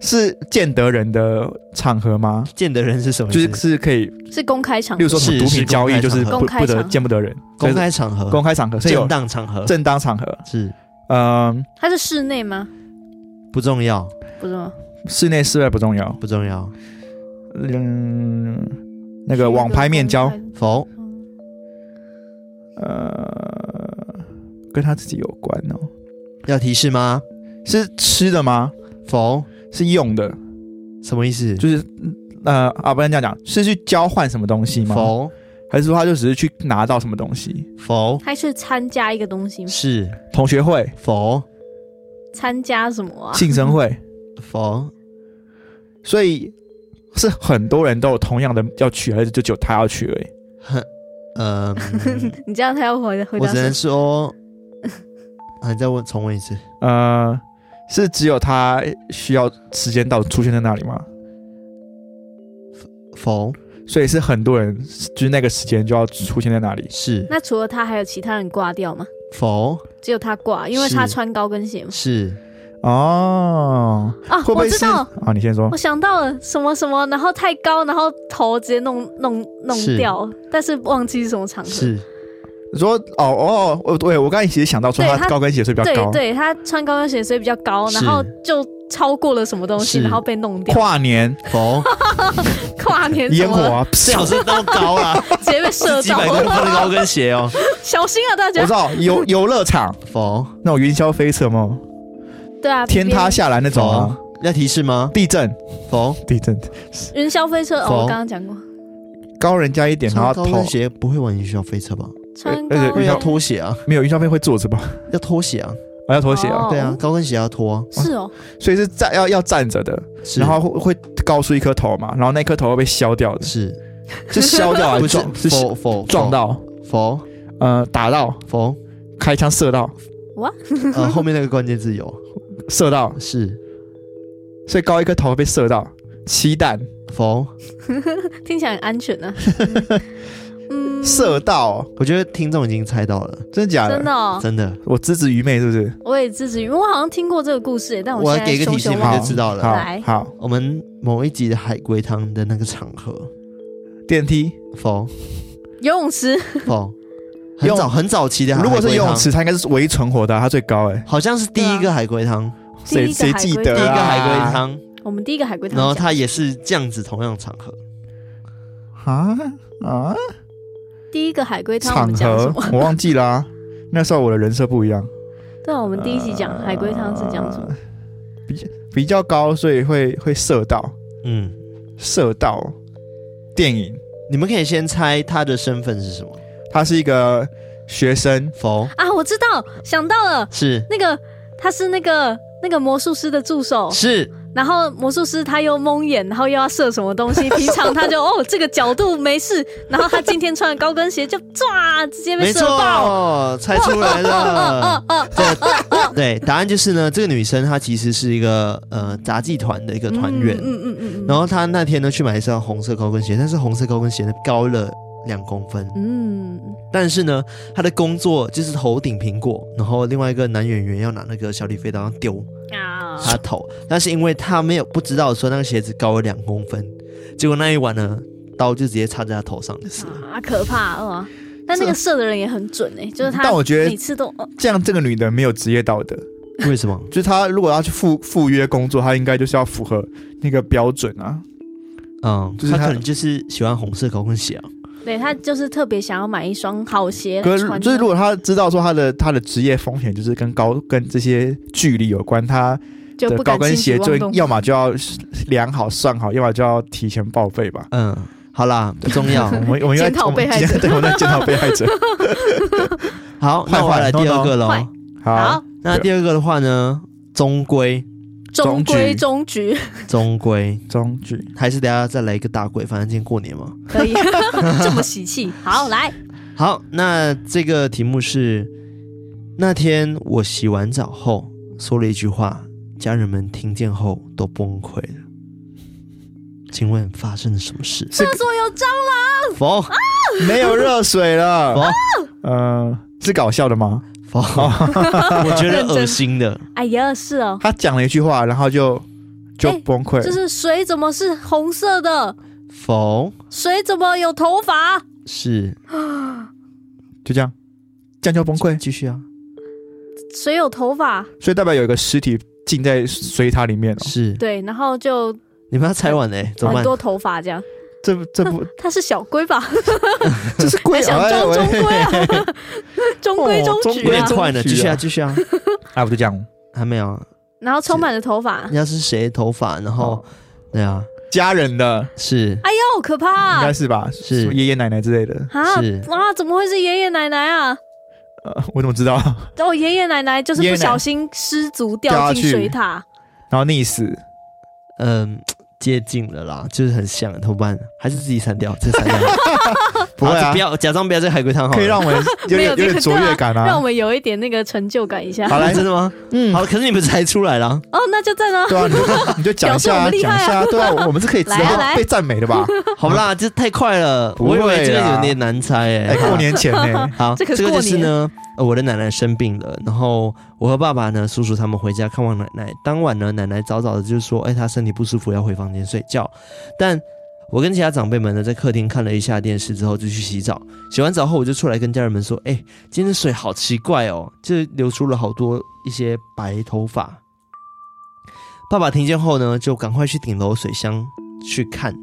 Speaker 3: 是见得人的场合吗？
Speaker 1: 见的人是什么意
Speaker 3: 就
Speaker 1: 思？
Speaker 3: 哦是是可以，
Speaker 2: 是公开场合，
Speaker 3: 例如说什么
Speaker 1: 是
Speaker 3: 毒
Speaker 1: 是
Speaker 3: 品交易，
Speaker 1: 公开
Speaker 3: 就是
Speaker 1: 场
Speaker 2: 合
Speaker 3: 不
Speaker 2: 公开
Speaker 3: 不得
Speaker 2: 场合
Speaker 3: 见不得人，
Speaker 1: 公开场
Speaker 3: 所以
Speaker 1: 合、
Speaker 3: 公开场合是有
Speaker 1: 正当场合，
Speaker 3: 正当场合，
Speaker 1: 是
Speaker 3: 嗯，
Speaker 2: 他是室内吗？
Speaker 1: 不重要，
Speaker 2: 不是吗？
Speaker 3: 室内室外不重要，
Speaker 1: 不重要，
Speaker 3: 嗯，那个网拍面交
Speaker 2: 是，一个
Speaker 1: 否
Speaker 2: 公开嗯
Speaker 3: 呃，跟他自己有关哦，
Speaker 1: 要提示吗？
Speaker 3: 是吃的吗？
Speaker 1: 否
Speaker 3: 是用的，
Speaker 1: 什么意思？
Speaker 3: 就是呃啊，不能这样讲，是去交换什么东西吗？
Speaker 1: 否
Speaker 3: 还是说他就只是去拿到什么东西？
Speaker 1: 否
Speaker 2: 他是参加一个东西吗？
Speaker 1: 是
Speaker 3: 同学会、
Speaker 1: 否
Speaker 2: 参加什么啊？
Speaker 3: 庆生会，
Speaker 1: 否
Speaker 3: 所以是很多人都有同样的要去，还是就只有他要去而已？
Speaker 1: [LAUGHS]
Speaker 2: [LAUGHS]
Speaker 1: 嗯，
Speaker 2: [LAUGHS] 你这样他要回回
Speaker 1: 我
Speaker 2: 答
Speaker 1: 只
Speaker 2: 什
Speaker 1: 能
Speaker 2: 么？
Speaker 1: 说，啊，你再问重问一次，
Speaker 3: 呃，是只有他需要时间到出现在那里吗？
Speaker 1: 否
Speaker 3: 所以是很多人，就是那个时间就要出现在那里。
Speaker 1: 是
Speaker 2: 那除了他，还有其他人挂掉吗？
Speaker 1: 否
Speaker 2: 只有他挂，因为
Speaker 1: 是
Speaker 2: 他穿高跟鞋嘛。
Speaker 1: 是
Speaker 3: 哦，
Speaker 2: 啊，
Speaker 3: [LAUGHS] 会
Speaker 2: 我
Speaker 3: 不会
Speaker 2: 知
Speaker 3: 是
Speaker 2: 道，
Speaker 3: 啊？你先说
Speaker 2: 我，想到了什么什么，然后太高，然后头直接弄弄弄
Speaker 1: 是
Speaker 2: 掉，但是忘记是什么场合。
Speaker 1: 是
Speaker 3: 你说哦哦，我对我刚才其实想到说
Speaker 2: 对
Speaker 3: 他
Speaker 2: 他
Speaker 3: 高跟鞋所以比较
Speaker 2: 对
Speaker 3: 高。
Speaker 2: 对，他穿高跟鞋所以比较高，
Speaker 1: 是
Speaker 2: 然后就超过了什么东西，
Speaker 1: 是
Speaker 2: 然后被弄掉。
Speaker 3: 跨年
Speaker 2: [LAUGHS]
Speaker 1: 否
Speaker 2: 跨年什
Speaker 3: 烟
Speaker 2: 么
Speaker 3: 火
Speaker 2: 的
Speaker 3: 啊，
Speaker 1: 最好是那么高
Speaker 2: [LAUGHS]
Speaker 1: 啦，
Speaker 2: 直接被射
Speaker 1: 是几百公分
Speaker 2: 到，
Speaker 1: 的高跟鞋哦，
Speaker 2: [LAUGHS] 小心啊大
Speaker 3: 我
Speaker 2: 家
Speaker 3: 知！道游游乐场
Speaker 1: 否
Speaker 3: 那种云霄飞车吗？
Speaker 2: 对啊，
Speaker 3: 天塌下来那种啊，
Speaker 1: 否要提示吗？
Speaker 3: 地震
Speaker 1: 否
Speaker 3: 地震
Speaker 2: 边云霄飞车
Speaker 1: 否
Speaker 2: 哦，我刚刚讲过，
Speaker 3: 高人家一点，然后
Speaker 1: 穿高
Speaker 3: 头
Speaker 1: 跟鞋不会玩云霄飞车吧？
Speaker 2: 穿
Speaker 3: 而且
Speaker 2: 高
Speaker 1: 因为要
Speaker 2: 跟
Speaker 1: 脱鞋啊，
Speaker 3: 没有云霄飞会坐着吧？
Speaker 1: 要脱鞋啊，
Speaker 3: 我要脱鞋啊，
Speaker 2: 哦
Speaker 1: 对啊，高跟鞋要脱啊，
Speaker 2: 是哦，
Speaker 3: 所以是站要要站着的，
Speaker 1: 是
Speaker 3: 然后会会高出一颗头嘛，然后那颗头会被削掉 [LAUGHS] 的，
Speaker 1: 是
Speaker 3: 是削掉还
Speaker 1: 不是
Speaker 3: 是撞？是
Speaker 1: 否否
Speaker 3: 撞到
Speaker 1: 否
Speaker 3: 呃打到
Speaker 1: 否
Speaker 3: 开枪射到
Speaker 1: 呃后面那个关键字有
Speaker 3: 射到，
Speaker 1: 是
Speaker 3: 所以高一颗头会被射到，鸡蛋
Speaker 1: 否？
Speaker 2: 听起来很安全
Speaker 1: [LAUGHS]
Speaker 2: 呢。嗯，
Speaker 3: 射到，
Speaker 1: 我觉得听众已经猜到了，
Speaker 3: 真的假
Speaker 2: 真
Speaker 3: 的？
Speaker 2: 的哦，
Speaker 1: 真的。
Speaker 3: 我资质愚昧是不是？
Speaker 2: 我也支持，因为我好像听过这个故事耶，但
Speaker 1: 我
Speaker 2: 现
Speaker 1: 要给一个
Speaker 2: 在熊
Speaker 1: 提示，
Speaker 2: 熊
Speaker 1: 你
Speaker 3: 好
Speaker 1: 们
Speaker 2: 忘
Speaker 1: 就
Speaker 2: 记。
Speaker 1: 知道了。
Speaker 3: 好
Speaker 2: 来
Speaker 3: 好，
Speaker 1: 我们某一集的海龟汤的那个场合，
Speaker 3: 电梯。
Speaker 1: 否
Speaker 2: 游泳池
Speaker 1: 否，很
Speaker 3: 用
Speaker 1: 早很早期的海
Speaker 3: 如
Speaker 1: 龟汤，
Speaker 3: 果是游泳池，它应该是唯一存活的啊、它最高哎、
Speaker 1: 好像是第一
Speaker 2: 对
Speaker 1: 个海龟汤，
Speaker 2: 第一个
Speaker 3: 谁谁
Speaker 2: 海
Speaker 3: 记
Speaker 2: 龟
Speaker 3: 得、啊？
Speaker 1: 第一个海龟汤，
Speaker 2: 我们第一个海龟汤
Speaker 1: 然后
Speaker 2: 讲，
Speaker 1: 它也是这样子同样的场合，
Speaker 3: 啊啊！
Speaker 2: 第一个海龟汤我
Speaker 3: 场
Speaker 2: 们讲什
Speaker 3: 合
Speaker 2: 么？
Speaker 3: 我忘记啦、啊那时候我的人设不一样。呃
Speaker 2: 对啊，我们第一集讲海龟汤是讲什么？
Speaker 3: 比较高，所以会会射到
Speaker 1: 嗯，
Speaker 3: 射到电影
Speaker 1: 你们可以先猜他的身份是什么？
Speaker 3: 他是一个学生，
Speaker 1: 否
Speaker 2: 啊，我知道，想到了，
Speaker 1: 是
Speaker 2: 那个他是那个那个魔术师的助手，
Speaker 1: 是
Speaker 2: 然后魔术师他又蒙眼，然后又要射什
Speaker 1: [LAUGHS]
Speaker 2: 么东西，平常他就哦这个角度没事，然后他今天穿了高跟鞋就唰直接被
Speaker 1: 没
Speaker 2: 射
Speaker 1: 错，
Speaker 2: 爆，
Speaker 1: 猜出来了。对对，答案就是呢，这个女生她其实是一个呃杂技团的一个团员，
Speaker 2: 嗯嗯嗯嗯，
Speaker 1: 然后她那天呢去买一双红色高跟鞋，但是红色高跟鞋呢高了两公分，
Speaker 2: 嗯
Speaker 1: 但是呢她的工作就是头顶苹果，然后另外一个男演员要拿那个小李飞刀丢
Speaker 2: 啊，
Speaker 1: 她头，但是因为她没有不知道说那个鞋子高了两公分， [LAUGHS] 结果那一晚呢刀就直接插在她头上就是了。
Speaker 2: 啊可怕哇！但那个射的人也很准哎，就是他
Speaker 3: 但我觉
Speaker 2: 每
Speaker 3: 得
Speaker 2: 次都哦
Speaker 3: 这样这个女的没有职业道德，
Speaker 1: 为什么？
Speaker 3: 就是她如果要去赴赴约工作，她应该就是要符合那个标准啊。
Speaker 1: 嗯，
Speaker 3: 就是
Speaker 1: 她
Speaker 3: 她
Speaker 1: 可能就是喜欢红色高跟鞋啊。
Speaker 2: 对他就是特别想要买一双好鞋来
Speaker 3: 可是
Speaker 2: 穿，
Speaker 3: 就是如果她知道说她的她的职业风险就是跟高跟这些距离有关，她
Speaker 2: 就
Speaker 3: 的
Speaker 2: 不
Speaker 3: 高
Speaker 2: 敢
Speaker 3: 跟
Speaker 2: 轻
Speaker 3: 鞋
Speaker 2: 举
Speaker 3: 就
Speaker 2: 妄动。
Speaker 3: 要么就要量好算好，要么就要提前报废吧。
Speaker 1: 嗯，好啦，不重要 [LAUGHS]
Speaker 3: 我。们我们要
Speaker 2: 检讨被害者
Speaker 3: [LAUGHS] 对，我们在检讨被害
Speaker 2: [LAUGHS]
Speaker 3: 者。
Speaker 1: 好，那我要来第二个喽。
Speaker 2: 坏
Speaker 3: 好啊
Speaker 2: 好，，
Speaker 1: 那第二个的话呢，终归
Speaker 2: 中
Speaker 3: 中
Speaker 2: 规
Speaker 3: 局
Speaker 2: 中矩
Speaker 1: 终归
Speaker 3: 中举
Speaker 1: 还是等下再来一个大鬼，反正今天过年嘛。
Speaker 2: 可
Speaker 3: [LAUGHS]
Speaker 2: 以这么喜气。好，来，
Speaker 1: 好，那这个题目是那天我洗完澡后说了一句话，家人们听见后都崩溃了。请问发生了什么事？
Speaker 3: 是
Speaker 2: 厕所有蟑
Speaker 1: 否
Speaker 3: 没有热水了
Speaker 1: 哦。
Speaker 3: 呃，是搞笑的吗？
Speaker 1: 否，我觉得恶心的。
Speaker 2: 螂。哎呀，是哦，
Speaker 3: 他讲了一句话，然后就就
Speaker 2: 哎
Speaker 3: 崩溃了。
Speaker 2: 就是水怎么是红色的？
Speaker 1: 否
Speaker 2: 水怎么有头发？
Speaker 1: 是
Speaker 3: 就这样，这样就崩溃，
Speaker 1: 继续啊，
Speaker 2: 水有头发，
Speaker 3: 所以代表有一个尸体浸在水塔里面哦。
Speaker 1: 是
Speaker 2: 对，然后就
Speaker 1: 你们要猜完嘞，怎么
Speaker 2: 很
Speaker 1: 办？
Speaker 2: 哦多头发这样。
Speaker 3: 这这
Speaker 2: [LAUGHS]
Speaker 3: 不
Speaker 2: 它是小龟吧？
Speaker 3: 这是龟
Speaker 2: 还想
Speaker 3: 哎
Speaker 2: 装
Speaker 3: 喂
Speaker 2: 中规啊？中规中
Speaker 3: 哦中
Speaker 2: 矩
Speaker 1: 有
Speaker 3: 规
Speaker 1: 点
Speaker 2: 啊
Speaker 3: 中！
Speaker 1: 快呢，
Speaker 3: 举
Speaker 1: 继续啊，
Speaker 3: 啊
Speaker 1: 继续啊，
Speaker 3: 啊，我就这样，
Speaker 1: [LAUGHS] 还没有啊。
Speaker 2: 然后充满了头发
Speaker 1: 人，家是谁的头发，然后
Speaker 3: 哦
Speaker 1: 对啊，
Speaker 3: 家人的
Speaker 1: 是
Speaker 2: 哎呦，可怕
Speaker 3: 应
Speaker 2: 啊
Speaker 3: 该！是吧？
Speaker 1: 是
Speaker 3: 什么爷爷奶奶之类的。 [LAUGHS]
Speaker 2: 啊
Speaker 1: 是
Speaker 2: 哇，怎么会是爷爷奶奶啊？
Speaker 3: 呃，我怎么知道？
Speaker 2: 哦，爷爷奶奶就是
Speaker 3: 爷
Speaker 2: 不
Speaker 3: 爷奶
Speaker 2: 小心失足掉进
Speaker 3: 掉下去
Speaker 2: 水塔，
Speaker 3: 然后溺死，
Speaker 1: 嗯、接近了啦，就是很像，怎么办？还是自己删掉，这删
Speaker 3: [LAUGHS]
Speaker 1: 掉，
Speaker 3: 不会
Speaker 1: 好
Speaker 3: 啊
Speaker 1: 不，要假装不要这海龟汤好了，
Speaker 3: 可以让我
Speaker 2: [LAUGHS]
Speaker 3: 们
Speaker 2: 没
Speaker 3: 有点
Speaker 2: 有
Speaker 3: 有
Speaker 2: 这个
Speaker 3: 点卓越感
Speaker 2: 让我
Speaker 3: 啊。
Speaker 2: 们有一点那个成就感一下。[LAUGHS]
Speaker 3: 好来
Speaker 1: 真的吗？
Speaker 3: 嗯，
Speaker 1: 好，可是你们才出来啦，
Speaker 2: 哦，那就在呢。
Speaker 3: 对啊，你就你就讲一下
Speaker 2: 表示我
Speaker 3: 啊，
Speaker 2: 们厉害
Speaker 3: 讲
Speaker 2: 啊
Speaker 3: 一下啊，对啊，我我们是可以值
Speaker 2: 来啊来
Speaker 3: 得被赞美的吧？
Speaker 1: 好啦，这太快了，
Speaker 3: 不
Speaker 1: 我
Speaker 3: 会
Speaker 1: 以
Speaker 3: 啦
Speaker 1: 为这个有点难猜哎、
Speaker 3: 哎，过年前呢，
Speaker 1: 好，
Speaker 2: 这
Speaker 1: 这
Speaker 2: 个
Speaker 1: 个
Speaker 2: 过
Speaker 1: 就是呢，呃我的奶奶生病了，然后我和爸爸呢、叔叔他们回家看望奶奶。当晚呢，奶奶早早的就说：“哎，她身体不舒服，要回房间睡觉。”但我跟其他长辈们呢，在客厅看了一下电视之后，就去洗澡。洗完澡后，我就出来跟家人们说：“哎，今天的水好奇怪哦，就是流出了好多一些白头发。”爸爸听见后呢，就赶快去顶楼水箱去看，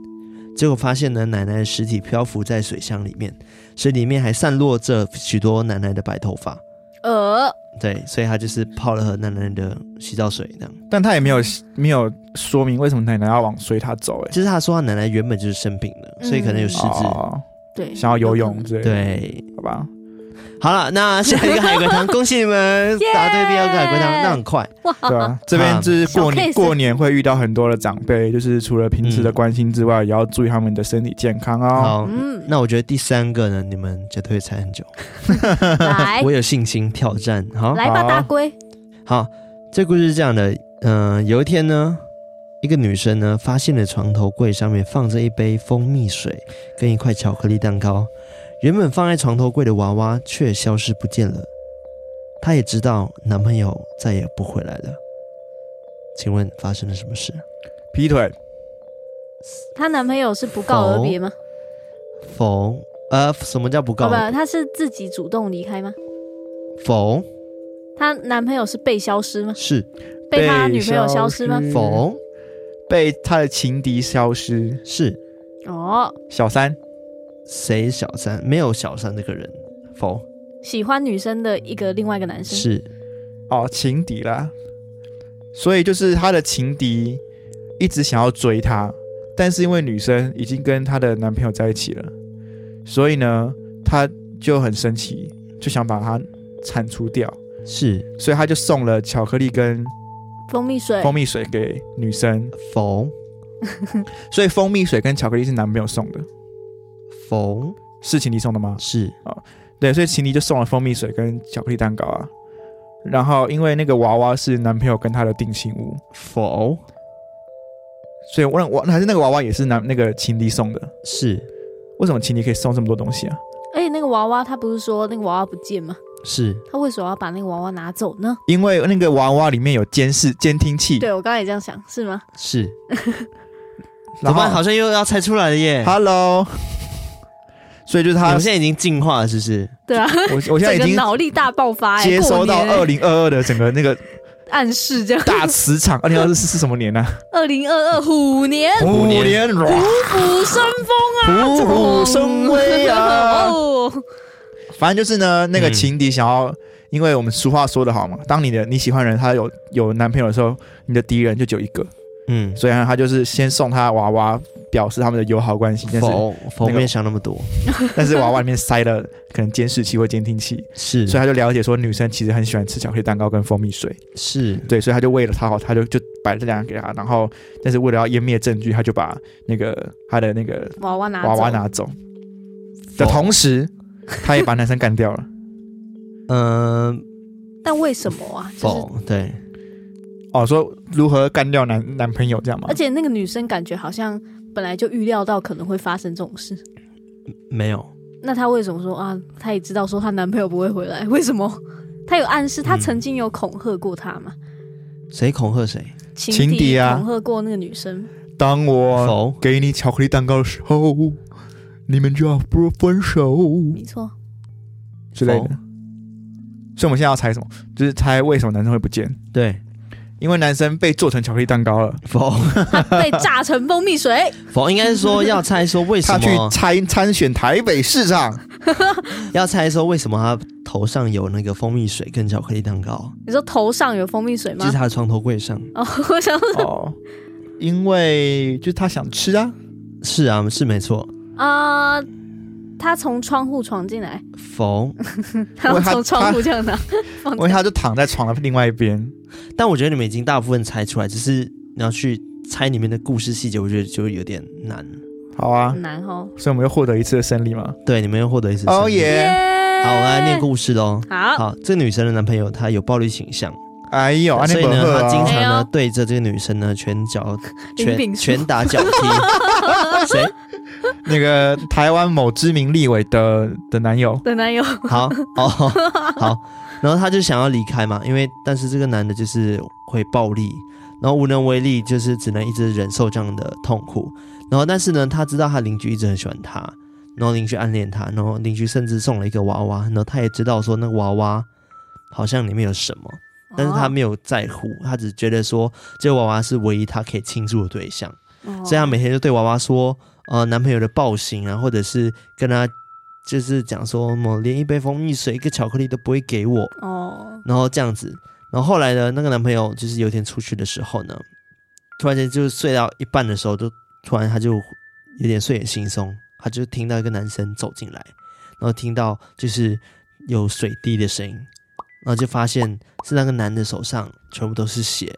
Speaker 1: 结果发现呢，奶奶的尸体漂浮在水箱里面。所以里面还散落着许多奶奶的白头发。
Speaker 2: 呃，
Speaker 1: 对，所以他就是泡了和奶奶的洗澡水这样。
Speaker 3: 但他也
Speaker 2: 嗯
Speaker 3: 没有没有说明为什么奶奶要往水塔走，哎，
Speaker 1: 就是他说他奶奶原本就是生病的，所以可能有失智。
Speaker 3: 哦，
Speaker 2: 对，
Speaker 3: 想要游泳之类的，，
Speaker 1: 对，
Speaker 3: 好吧，
Speaker 2: [LAUGHS]
Speaker 1: 好了，那下一个海龟汤，恭喜你们
Speaker 2: Yeah！
Speaker 1: 答对第二个海龟汤，那很快。
Speaker 2: 哇，
Speaker 3: 对啊，这边就是过
Speaker 2: 小
Speaker 3: 年
Speaker 2: case
Speaker 3: 过年会遇到很多的长辈，就是除了平时的关心之外，也要注意他们的身体健康哦。
Speaker 1: 好，
Speaker 2: 嗯，
Speaker 1: 那我觉得第三个呢，你们绝对会猜很久， [LAUGHS]
Speaker 2: 来
Speaker 1: 我有信心挑战。好，
Speaker 2: 来吧，
Speaker 3: 好
Speaker 2: 大龟，
Speaker 1: 好，这故事是这样的，嗯、有一天呢，一个女生呢发现了床头柜上面放着一杯蜂蜜水跟一块巧克力蛋糕，原本放在床头柜的娃娃却消失不见了。她也知道男朋友再也不回来了。请问发生了什么事？
Speaker 3: 劈腿，
Speaker 2: 她男朋友是不告而别吗？
Speaker 1: 否？呃，什么叫不
Speaker 2: 哦
Speaker 1: 告
Speaker 2: 不？，她是自己主动离开吗？
Speaker 1: 否
Speaker 2: 她男朋友是被消失吗？
Speaker 1: 是
Speaker 2: 被她女朋友消失吗？
Speaker 3: 嗯
Speaker 1: 否
Speaker 3: 被他的情敌消失。
Speaker 1: 是
Speaker 2: 哦，
Speaker 3: 小三，
Speaker 1: 谁？小三没有小三这个人，否
Speaker 2: 喜欢女生的一个另外一个男生，
Speaker 1: 是
Speaker 3: 哦，情敌啦。所以就是他的情敌一直想要追她，但是因为女生已经跟她的男朋友在一起了，所以呢，他就很生气，就想把它铲除掉，
Speaker 1: 是
Speaker 3: 所以他就送了巧克力跟
Speaker 2: 蜂蜜水，
Speaker 3: 蜂蜜水给女生，
Speaker 1: 缝
Speaker 3: 所以蜂蜜水跟巧克力是男朋友送的，
Speaker 1: 缝
Speaker 3: 是情敌送的吗？
Speaker 1: 是
Speaker 3: 对，所以情敌就送了蜂蜜水跟巧克力蛋糕啊。然后因为那个娃娃是男朋友跟他的定情物，
Speaker 1: 否
Speaker 3: 所以我我还是那个娃娃也是男那个情敌送的。
Speaker 1: 是
Speaker 3: 为什么情敌可以送这么多东西啊？
Speaker 2: 而哎且那个娃娃，他不是说那个娃娃不见吗？
Speaker 1: 是
Speaker 2: 他为什么要把那个娃娃拿走呢？
Speaker 3: 因为那个娃娃里面有监视监听器。
Speaker 2: 对我刚才也这样想，是吗？
Speaker 1: 是，怎么
Speaker 3: 然后
Speaker 1: 办？好像又要猜出来了耶！
Speaker 3: Hello，所以就是
Speaker 1: 你
Speaker 3: 他
Speaker 1: 们，现在已经进化了，是不是？
Speaker 2: 对啊，
Speaker 3: 我我现在已
Speaker 2: 整个
Speaker 3: 经
Speaker 2: 脑力大爆发、欸，
Speaker 3: 接收到
Speaker 2: 过年欸
Speaker 3: 二零二二的整个那个
Speaker 2: 暗示这样。
Speaker 3: 大磁场。二零二四是什么年呢、啊？
Speaker 2: 二零二二虎年，
Speaker 1: 虎年
Speaker 3: 年，
Speaker 2: 虎
Speaker 3: 哇
Speaker 2: 虎生风，
Speaker 3: 虎
Speaker 2: 啊
Speaker 3: 虎生威啊！
Speaker 2: 哦，
Speaker 3: 反正就是呢，那个
Speaker 1: 嗯
Speaker 3: 情敌想要，因为我们俗话说得好嘛，当你的你喜欢的人他有有男朋友的时候，你的敌人就只有一个，
Speaker 1: 嗯，
Speaker 3: 所以呢，他就是先送他娃娃，表示他们的友好关系。但是
Speaker 1: 否否
Speaker 3: 那个
Speaker 1: 没有想那么多，
Speaker 3: [LAUGHS] 但是娃娃里面塞了可能监视器或监听器，
Speaker 1: 是
Speaker 3: 所以他就了解说女生其实很喜欢吃巧克力蛋糕跟蜂蜜水，
Speaker 1: 是
Speaker 3: 对，所以他就为了他好，他就就摆了这两个给他，然后但是为了要湮灭证据，他就把那个他的那个
Speaker 2: 娃娃拿走
Speaker 3: 娃娃拿走的同时，他也把男生干掉了。
Speaker 1: 嗯
Speaker 2: 但为什么啊？就是
Speaker 1: 否对
Speaker 3: [LAUGHS] 哦，说如何干掉男男朋友这样吗
Speaker 2: 而？且那个女生感觉好像本来就预料到可能会发生这种事，
Speaker 1: 没有
Speaker 2: 那她为什么说啊？她也知道说她男朋友不会回来，为什么？ [LAUGHS] 她有暗示，她曾经有恐吓过她嘛？
Speaker 1: 谁恐吓谁？
Speaker 2: 情
Speaker 3: 情敌啊
Speaker 2: 恐吓过那个女生，
Speaker 3: 当我
Speaker 1: 否
Speaker 3: 给你巧克力蛋糕的时候，你们就要不分手
Speaker 2: 没错，
Speaker 3: 之类的
Speaker 1: 否。
Speaker 3: 所以我们现在要猜什么？就是猜为什么男生会不见，
Speaker 1: 对
Speaker 3: 因为男生被做成巧克力蛋糕了，
Speaker 1: 否 [LAUGHS]
Speaker 2: 她被榨成蜂蜜水，
Speaker 1: 否应该是说要猜说为什
Speaker 3: 他去
Speaker 1: 么
Speaker 3: 参参选台北市长。
Speaker 1: [LAUGHS] 要猜说为什么他头上有那个蜂蜜水跟巧克力蛋
Speaker 3: [LAUGHS]
Speaker 1: 糕，
Speaker 2: 你说头上有蜂蜜水
Speaker 1: 就
Speaker 2: 吗
Speaker 1: 是？他的床头柜上。
Speaker 2: 哦， [LAUGHS] 我想说
Speaker 3: 哦，因为就是他想
Speaker 2: [LAUGHS]
Speaker 3: 吃啊，
Speaker 1: 是啊，是没错。
Speaker 2: 啊。她从窗户闯进来，
Speaker 1: 否，
Speaker 2: 然后从窗户这样拿，放
Speaker 3: 因为他就躺在床的另外一边。
Speaker 1: 但我觉得你们已经大部分猜出来，只是你要去猜里面的故事细节，我觉得就有点难。
Speaker 3: 好啊
Speaker 2: 很，难哦。
Speaker 3: 所以我们又获得一次的胜利嘛。
Speaker 1: 对，你们又获得一次胜利。
Speaker 3: 哦啊耶！
Speaker 1: 好，
Speaker 2: 好
Speaker 1: 我来念故事喽。
Speaker 2: 好，
Speaker 1: 好，这个女生的男朋友他有暴力倾向，
Speaker 3: 哎呦，安
Speaker 1: 所
Speaker 3: 内
Speaker 1: 以
Speaker 3: 伯
Speaker 1: 呢，
Speaker 3: 赫
Speaker 1: 他经
Speaker 3: 啊，
Speaker 1: 常
Speaker 2: 哎
Speaker 1: 呢
Speaker 2: 呦
Speaker 1: 对着这个女生呢拳脚
Speaker 2: [LAUGHS] 林
Speaker 1: 拳
Speaker 2: 炳书
Speaker 1: 拳打
Speaker 2: [LAUGHS]
Speaker 1: 脚踢。谁？
Speaker 3: 那个台湾某知名立委的的男友，
Speaker 2: 的男友，
Speaker 1: 好哦， [LAUGHS] 好，然后他就想要离开嘛，因为但是这个男的就是会暴力，然后无能为力，就是只能一直忍受这样的痛苦。然后但是呢，他知道他邻居一直很喜欢他，然后邻居暗恋他，然后邻居甚至送了一个娃娃，然后他也知道说那个娃娃好像里面有什么，但是他
Speaker 2: 哦
Speaker 1: 没有在乎，他只觉得说这个娃娃是唯一他可以倾诉的对象。
Speaker 2: 哦
Speaker 1: 所以她每天就对娃娃说，呃，男朋友的暴行啊，或者是跟他就是讲说，我连一杯蜂蜜水、一个巧克力都不会给我，
Speaker 2: 哦，
Speaker 1: 然后这样子。然后后来呢，那个男朋友就是有一天出去的时候呢，突然间就是睡到一半的时候，就突然他就有点睡眼惺忪，他就听到一个男生走进来，然后听到就是有水滴的声音，然后就发现是那个男的手上全部都是血，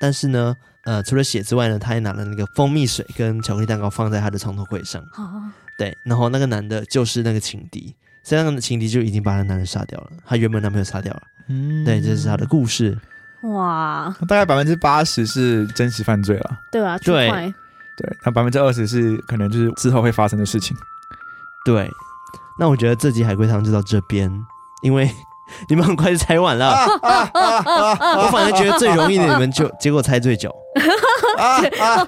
Speaker 1: 但是呢，呃，除了血之外呢，他还拿了那个蜂蜜水跟巧克力蛋糕放在他的床头柜上，
Speaker 2: 好，
Speaker 1: 对，然后那个男的就是那个情敌，所以那个情敌就已经把那男人杀掉了，他原本男朋友杀掉了。
Speaker 3: 嗯，
Speaker 1: 对，这是他的故事。
Speaker 2: 哇，
Speaker 3: 大概百分之八十是真实犯罪了，
Speaker 2: 对啊吧？
Speaker 1: 对
Speaker 2: 去快
Speaker 3: 对，那百分之二十是可能就是之后会发生的
Speaker 2: [LAUGHS]
Speaker 3: 事情。
Speaker 1: 对，那我觉得这集海龟汤就到这边，因为你们很快就猜完了。 [LAUGHS] 我反而觉得最容易的，你们就结果猜最久。
Speaker 3: 啊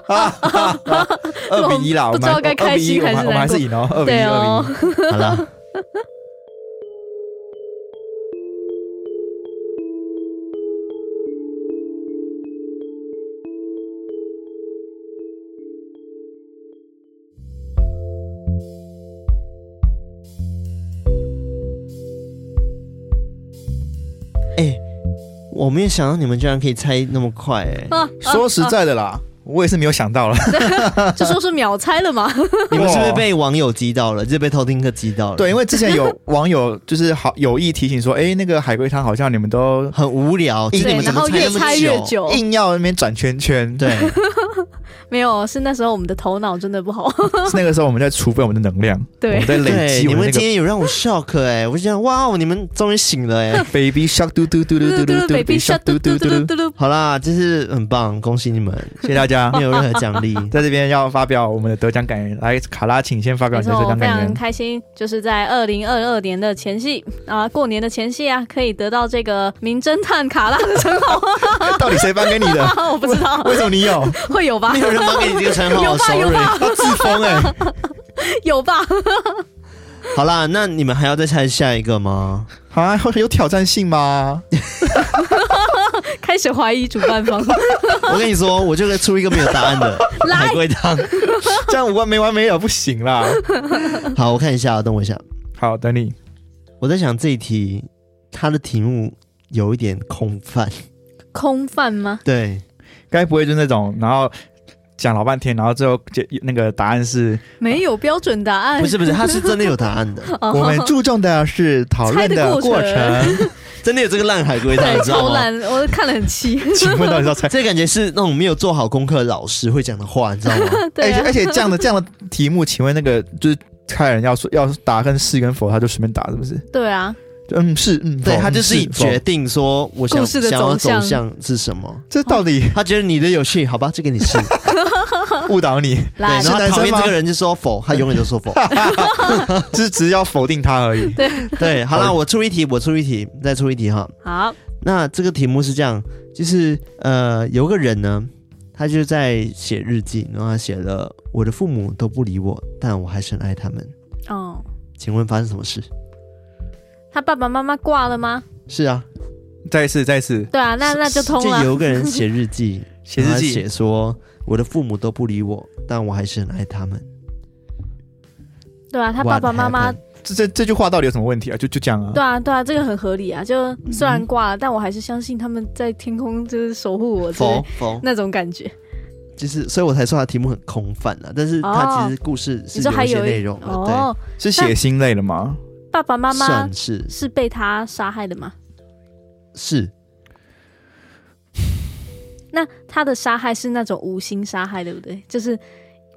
Speaker 2: [LAUGHS]
Speaker 3: 二比一啦，我
Speaker 2: 不
Speaker 3: 们
Speaker 2: 知道该开心
Speaker 3: 2比1我
Speaker 2: 还是
Speaker 3: 们我们还
Speaker 2: 难过
Speaker 3: 是赢哦，二比一，
Speaker 2: 对
Speaker 3: 二
Speaker 2: 哦
Speaker 3: 比一。，
Speaker 1: 好了，哎、我没有想到你们居然可以猜那么快哎、
Speaker 2: 啊，
Speaker 1: 哎哎
Speaker 2: 哦
Speaker 3: 说实在的啦，我也是没有想到了。
Speaker 2: 就说是秒猜了嘛。
Speaker 3: [LAUGHS]
Speaker 1: 你们是不是被网友击到了？就是被偷听客击到了？
Speaker 3: 哦对，因，为之前有网友就是好有意提醒说，哎、那个海龟汤好像你们都
Speaker 1: 很无聊，
Speaker 3: 对
Speaker 1: 哎就是你们
Speaker 2: 然
Speaker 1: 怎
Speaker 2: 后
Speaker 1: 么
Speaker 2: 越
Speaker 1: 那
Speaker 2: 猜
Speaker 1: 么
Speaker 2: 越
Speaker 1: 久？
Speaker 2: 久，
Speaker 3: 硬要那边转圈圈。，
Speaker 1: 对，
Speaker 2: 没有，是那时候我们的头脑真的不好。
Speaker 3: 是那个时候我们在储备我们的能量，我
Speaker 2: 对
Speaker 3: 们，在累
Speaker 1: 对，
Speaker 3: 积
Speaker 1: 你
Speaker 3: 我
Speaker 1: 们
Speaker 3: 们那
Speaker 1: 今
Speaker 3: 个
Speaker 1: 天有让我 shock 哎、我就想哇哦，你们终于醒了哎、 [LAUGHS]
Speaker 3: baby shark 嘟嘟嘟嘟嘟嘟嘟
Speaker 2: baby shark 嘟嘟嘟嘟嘟嘟，
Speaker 1: 好啦，就是很棒，恭喜你们，
Speaker 3: 谢谢大哎家
Speaker 2: 哦
Speaker 1: 没。有任何
Speaker 2: [LAUGHS]
Speaker 1: 奖励。
Speaker 3: 在这边要发表我们的得奖感言，来卡拉，请先发表
Speaker 2: 没
Speaker 3: 你的
Speaker 2: 错，
Speaker 3: 得
Speaker 2: 我
Speaker 3: 奖
Speaker 2: 非
Speaker 3: 感
Speaker 2: 常
Speaker 3: 言。
Speaker 2: 开心，就是在二零二二年的前夕啊，过年的前夕啊，可以得到这个名侦探卡拉的称号
Speaker 3: 哎到底谁颁给你
Speaker 2: [LAUGHS]
Speaker 3: 的？
Speaker 2: 我不知道
Speaker 3: 为什么你有？
Speaker 2: [LAUGHS] 会有吧
Speaker 1: 没？有人颁给你这个称号
Speaker 2: 有吧有
Speaker 1: ，sorry。
Speaker 2: 吧 [LAUGHS]
Speaker 3: 他自封哎、
Speaker 2: 有吧？
Speaker 1: 好啦，那你们还要再猜下一个吗？
Speaker 3: [LAUGHS] 啊，有挑战
Speaker 2: [LAUGHS]
Speaker 3: 性吗？
Speaker 2: 开始怀疑主办方，
Speaker 1: 我跟你说，我就会出一个没有答案的
Speaker 2: [LAUGHS] 来
Speaker 1: 海龟汤。
Speaker 3: 这样无关没完没了，不行啦。
Speaker 1: 好，我看一下，等我一下。
Speaker 3: 好，等你。
Speaker 1: 我在想这一题，它的题目有一点空泛。
Speaker 2: 空泛吗？
Speaker 1: 对，
Speaker 3: 该不会就是那种，然后讲老半天，然后最后结那个答案是，
Speaker 2: 没有标准答案，
Speaker 1: 不是不是，它是真的有答
Speaker 2: [LAUGHS]
Speaker 1: 案的，
Speaker 3: 我们注重的是讨论
Speaker 2: 嗯猜的过
Speaker 3: 过
Speaker 2: 程
Speaker 3: 程。
Speaker 1: 真的有这个烂海龟汤，
Speaker 2: 对
Speaker 1: 你知道
Speaker 2: 超
Speaker 1: 吗？
Speaker 2: 烂，我看了很气。 [LAUGHS]
Speaker 3: 请问到底是要猜？哎
Speaker 1: 这感觉是那种没有做好功课的老师会讲的话，你知道
Speaker 2: [LAUGHS]
Speaker 1: 吗？
Speaker 2: 对
Speaker 3: 而且
Speaker 2: 啊
Speaker 1: 哎
Speaker 3: 而，且这样的这样的题目，请问那个就是开人要说要答跟是跟否，他就随便答是不是？
Speaker 2: 对啊，
Speaker 3: 就嗯是嗯，
Speaker 1: 对
Speaker 3: 否
Speaker 1: 他就
Speaker 3: 嗯
Speaker 1: 自己
Speaker 3: 否
Speaker 1: 决定说我想
Speaker 2: 故事的
Speaker 1: 想要
Speaker 2: 走
Speaker 1: 走
Speaker 2: 向
Speaker 1: 向是什么。
Speaker 3: 这到底
Speaker 1: 他觉得你的有趣，好吧，这个你是。对，
Speaker 3: 误导 [LAUGHS] 你，
Speaker 2: [LAUGHS] 来
Speaker 1: 然后
Speaker 3: 是男
Speaker 1: 讨厌
Speaker 3: 生吗
Speaker 1: 这个人就说否，他永远都说
Speaker 2: [LAUGHS]
Speaker 1: 否。
Speaker 3: 就是只是要否定他而已。
Speaker 1: 对，好啦，
Speaker 3: 好
Speaker 1: 我出一题，我出一题，再出一题哈。
Speaker 2: 好，
Speaker 1: 那这个题目是这样，就是呃，有个人呢，他就在写日记，然后他写了我的父母都不理我，但我还是很爱他们。
Speaker 2: 哦，
Speaker 1: 请问发生什么事？
Speaker 2: 他爸爸妈妈挂了吗？
Speaker 1: 是啊，
Speaker 3: 再一次，再一次，
Speaker 2: 对啊，那那就通
Speaker 1: 就
Speaker 2: 了。
Speaker 1: 有个人写日记，
Speaker 3: 写
Speaker 1: 然
Speaker 3: 日
Speaker 1: 后他
Speaker 3: 记
Speaker 1: 写说我的父母都不理我，但我还是很爱他们。
Speaker 2: 对啊，他爸爸妈妈，
Speaker 1: What happened？
Speaker 3: 这这这句话到底有什么问题啊？就就这样啊。
Speaker 2: 对啊，对啊，这个很合理啊。就
Speaker 3: 嗯
Speaker 2: 虽然挂了，但我还是相信他们在天空就是守护我，
Speaker 1: 否否，
Speaker 2: 那种感觉。
Speaker 1: 就是所以我才说他题目很空泛啊，但是他
Speaker 2: 哦
Speaker 1: 其实故事
Speaker 2: 你
Speaker 1: 是
Speaker 2: 说还
Speaker 1: 有一些
Speaker 2: 有一
Speaker 1: 内容的，
Speaker 2: 哦，
Speaker 3: 是血腥类的吗？
Speaker 2: 爸爸妈
Speaker 1: 对，
Speaker 2: 妈
Speaker 1: 算是
Speaker 2: 是被他杀害的吗？
Speaker 1: 是
Speaker 2: 那他的杀害是那种无心杀害，对不对？就是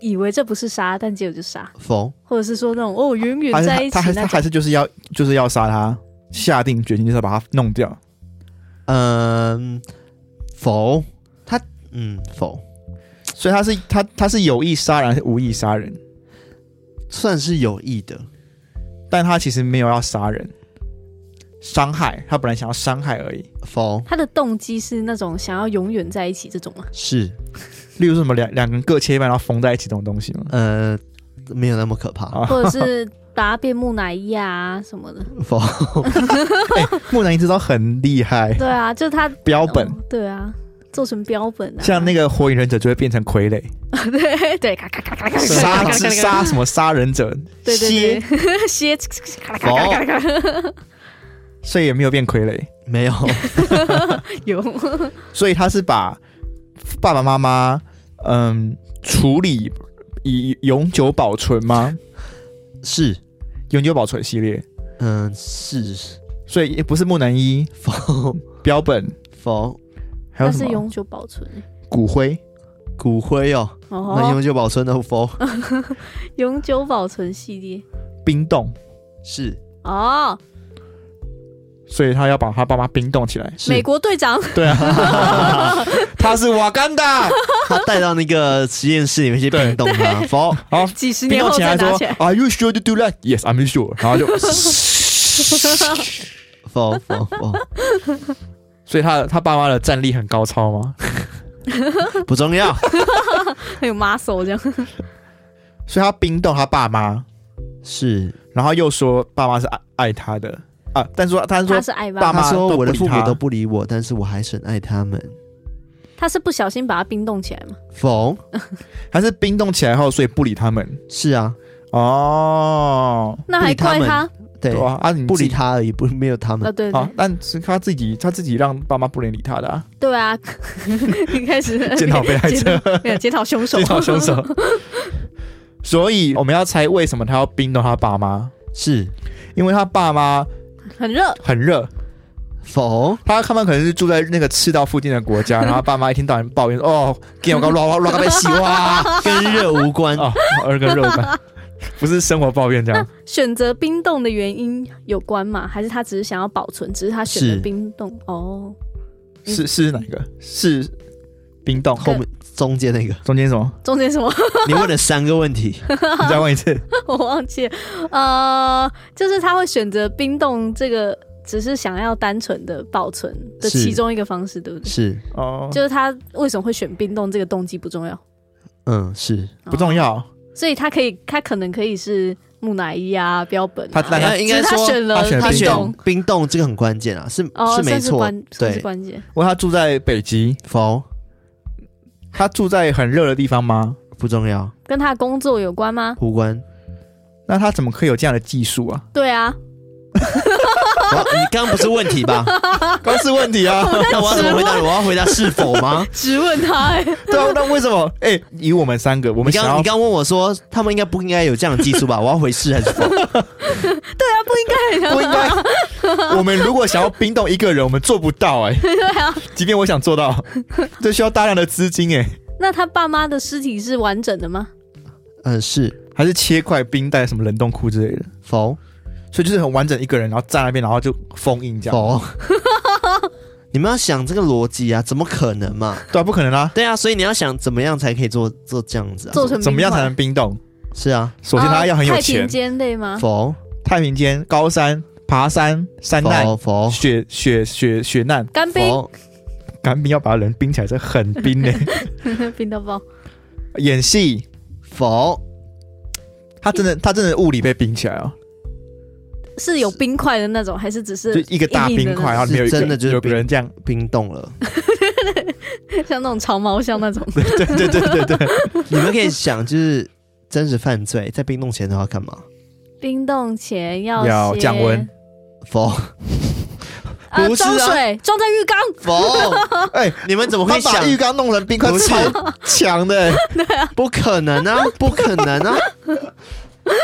Speaker 2: 以为这不是杀，但结果就杀，
Speaker 1: 否
Speaker 2: 或者是说那种哦远远
Speaker 3: 还是
Speaker 2: 在一
Speaker 3: 他
Speaker 2: 起
Speaker 3: 他还是
Speaker 2: 那
Speaker 3: 他
Speaker 2: 种。
Speaker 3: 还是就是要就是要杀他，下定决心就是要把他弄掉。
Speaker 1: 嗯否他嗯否
Speaker 3: 所以他是他他是有意杀人还是无意杀人？
Speaker 1: 算是有意的，
Speaker 3: 但他其实没有要杀人，伤害他本来想要伤害而已。
Speaker 1: 否
Speaker 2: 他的动机是那种想要永远在一起这
Speaker 3: [LAUGHS]
Speaker 2: 种吗？
Speaker 1: 是
Speaker 3: 例如说什么两两个人各切一半，然后缝在一起这种东西吗？
Speaker 2: [LAUGHS]
Speaker 1: 呃没有那么可怕，
Speaker 3: 啊，
Speaker 2: 或者是把他变木乃伊啊什么的？
Speaker 1: 否 [LAUGHS]
Speaker 3: 木乃伊这招很厉害，
Speaker 2: 对啊，就他
Speaker 3: 标本。
Speaker 2: 哦对啊，做成标本啊，
Speaker 3: 像那个火影忍者就会变成傀儡，
Speaker 2: 对对，咔咔咔咔咔咔，
Speaker 3: 杀
Speaker 2: 咔咔咔咔
Speaker 3: 杀什么杀人者，
Speaker 2: 对对对，蝎，咔咔咔咔咔咔，
Speaker 3: 所以也没有变傀儡，
Speaker 1: 没有
Speaker 2: 有
Speaker 3: 所以他是把爸爸妈妈嗯处理以永久保存吗？
Speaker 1: 是
Speaker 3: 永久保存系列，
Speaker 1: 嗯、是
Speaker 3: 所以也不是木乃伊
Speaker 1: 否
Speaker 3: 标本，
Speaker 1: 否
Speaker 3: 还有
Speaker 2: 那是
Speaker 3: 什么
Speaker 2: 永久保存欸
Speaker 3: 骨灰？
Speaker 1: 骨灰哦，那
Speaker 2: 哦
Speaker 1: 永，久保存的否
Speaker 2: 永久保存系列
Speaker 3: 冰冻，
Speaker 1: 是
Speaker 2: 哦，
Speaker 3: 所以他要把他爸妈冰冻起 [LAUGHS] 来。
Speaker 2: 美
Speaker 1: 是
Speaker 2: 国队长
Speaker 3: 对 [LAUGHS] 啊，他是瓦干 [LAUGHS] 达。
Speaker 1: 他带到那个实验室里面去啊
Speaker 3: 对
Speaker 1: 冰冻他 [LAUGHS] 否
Speaker 3: 好，
Speaker 2: 几十
Speaker 3: 冰
Speaker 2: 年
Speaker 3: 冻
Speaker 2: 后
Speaker 3: 起
Speaker 2: 再
Speaker 3: 来
Speaker 2: 拿
Speaker 3: 说
Speaker 2: 起来，
Speaker 3: ，Are you sure to do that? Yes, I'm sure。然后 [LAUGHS] 就，
Speaker 1: 否否否
Speaker 3: 所以他他爸妈的战力很高超吗？
Speaker 1: 不重要。
Speaker 2: 很有 muscle 这样，
Speaker 3: 所以他冰冻他爸妈，
Speaker 1: 是，
Speaker 3: 然后又说爸妈是爱爱他的啊，但是说他是说
Speaker 2: 他是艾
Speaker 3: 爸
Speaker 2: 巴，
Speaker 3: 妈
Speaker 1: 他说我
Speaker 3: 都不
Speaker 1: 的
Speaker 3: 理
Speaker 1: 父母
Speaker 3: 他
Speaker 1: 都不理我，但是我还是很爱他们。
Speaker 2: 他是不小心把他冰冻起来嘛？
Speaker 1: 否，
Speaker 3: 他是冰冻起来后，所以不理他们
Speaker 1: 是啊，
Speaker 3: 哦。
Speaker 2: 那还怪他，
Speaker 1: 对，
Speaker 3: 啊，啊你
Speaker 1: 不
Speaker 3: 自己
Speaker 1: 理他而已，不没有他们
Speaker 2: 啊，。对
Speaker 3: 啊
Speaker 2: 对，
Speaker 3: 但是他自己他自己让爸妈不能理他的 [LAUGHS] 啊，
Speaker 2: 对啊，你开始
Speaker 3: 检讨被害者，
Speaker 2: 没有检讨凶手，
Speaker 3: 检讨凶手。所以我们要猜为什么他要冰冻他爸妈，
Speaker 1: 是
Speaker 3: 因为他爸妈
Speaker 2: 很热，
Speaker 3: 很热， [LAUGHS]
Speaker 1: 否？
Speaker 3: 他他们可能是住在那个赤道附近的国家，然后他爸妈一天到晚抱怨说：“哦，给我个乱乱个被洗哇！”
Speaker 1: 跟热无关
Speaker 3: 哦，二个肉感，不是生活抱怨这样。
Speaker 2: 选择冰冻的原因有关吗？还是他只是想要保存，只是他选
Speaker 1: 是
Speaker 2: 择冰冻？哦，
Speaker 3: 是是哪一个？是冰冻
Speaker 1: 后面中间那个，
Speaker 3: 中间什么？
Speaker 2: 中间什么
Speaker 1: 你问了三个问题，
Speaker 3: 你再问一次。
Speaker 2: [LAUGHS] 我忘记了，呃，就是他会选择冰冻这个，只是想要单纯的保存的
Speaker 1: 是
Speaker 2: 其中一个方式，对不对？
Speaker 1: 是
Speaker 3: 哦，
Speaker 2: 就是他为什么会选冰冻这个动机不重要，
Speaker 1: 嗯是，
Speaker 3: 不重
Speaker 2: 哦，
Speaker 3: 要。
Speaker 2: 所以他可以，他可能可以是木乃伊啊、标本啊、
Speaker 3: 他但他
Speaker 1: 应
Speaker 2: 只
Speaker 1: 该
Speaker 2: 是他
Speaker 1: 说
Speaker 2: 选了
Speaker 3: 他选了
Speaker 1: 他
Speaker 3: 冰
Speaker 1: 选
Speaker 2: 冻
Speaker 1: 冰冻这个很关键啊，是
Speaker 2: 哦，
Speaker 1: 没
Speaker 2: 算是
Speaker 1: 错
Speaker 2: 关，算是
Speaker 1: 对
Speaker 2: 关键，
Speaker 3: 问他住在北极，
Speaker 1: 否
Speaker 3: 他住在很热的地方吗？
Speaker 1: 不重要，
Speaker 2: 跟他的工作有关吗？
Speaker 1: 无
Speaker 2: [LAUGHS]
Speaker 1: 关。
Speaker 3: 那他怎么可以有这样的技术啊？
Speaker 2: 对啊，
Speaker 1: 我你刚刚不是问题
Speaker 2: [LAUGHS]
Speaker 1: 吧？
Speaker 3: 刚是问题啊。
Speaker 1: 那我要怎么回答？我要回答是否吗？
Speaker 2: 质问他、
Speaker 3: [LAUGHS]
Speaker 2: 欸，
Speaker 3: 对啊，那为什么？哎，以我们三个，我
Speaker 1: 我
Speaker 3: 们
Speaker 1: 刚
Speaker 3: 想
Speaker 1: 刚
Speaker 3: 要
Speaker 1: 你刚问我说，他们应该不应该有这样的技术吧？我 [LAUGHS] 要回是还是否？
Speaker 2: [LAUGHS]
Speaker 3: 不应该。我们如果想要冰冻一个人，我们做不到
Speaker 2: [LAUGHS]
Speaker 3: 哎、对啊，即便我想做到，这需要大量的资金哎、
Speaker 2: 那他爸妈的尸体是完整的吗？
Speaker 1: 嗯，是
Speaker 3: 还是切块冰袋什么冷冻库之类的，
Speaker 1: 否
Speaker 3: 所以就是很完整一个人，然后站那边，然后就封印这样。
Speaker 1: 否。 [LAUGHS] 你们要想这个逻辑啊，怎么可能嘛？
Speaker 3: 对啊，不可能啊！
Speaker 1: 对啊，所以你要想怎么样才可以做做这样子啊？
Speaker 2: 做成
Speaker 3: 怎么样才能
Speaker 2: 冰
Speaker 3: 冰冻？
Speaker 1: 是啊，
Speaker 3: 首先他要很有
Speaker 2: 啊太
Speaker 3: 钱
Speaker 2: 平，间类吗？
Speaker 1: 否
Speaker 3: 太平间、高山、爬山、山难、
Speaker 1: 否否
Speaker 3: 雪雪雪雪难，
Speaker 2: 干冰，
Speaker 1: 否
Speaker 3: 干冰要把人冰起来，这很冰呢、
Speaker 2: [LAUGHS] 冰到爆，
Speaker 3: 演戏，
Speaker 1: 否
Speaker 3: 他真的他真的物理被冰起来啊，
Speaker 2: 是有冰块的那种，还是只是
Speaker 3: 就一个大冰块，然后
Speaker 2: 硬
Speaker 3: 里面有一个
Speaker 1: 是真的就是
Speaker 3: 有个
Speaker 1: 冰
Speaker 3: 人这样
Speaker 1: 冰冻了。
Speaker 2: 硬的那种像那种长毛象
Speaker 1: [LAUGHS]
Speaker 2: 那种？
Speaker 3: 对对对对对，
Speaker 1: 你们可以想，就是真实犯罪在冰冻前都要干嘛？
Speaker 2: 冰冻前要
Speaker 3: 要
Speaker 2: 先
Speaker 3: 降温，
Speaker 1: 否
Speaker 2: 啊，
Speaker 1: 不是啊
Speaker 2: 装水装在浴缸，
Speaker 1: [LAUGHS] 否，
Speaker 3: 哎、
Speaker 1: 你们怎么
Speaker 3: 他
Speaker 1: 会
Speaker 3: 把
Speaker 1: 想？
Speaker 3: 浴缸弄成冰块
Speaker 1: 不是
Speaker 3: 超强的、
Speaker 1: [LAUGHS]
Speaker 3: 欸，
Speaker 1: 不可能啊，不可能啊！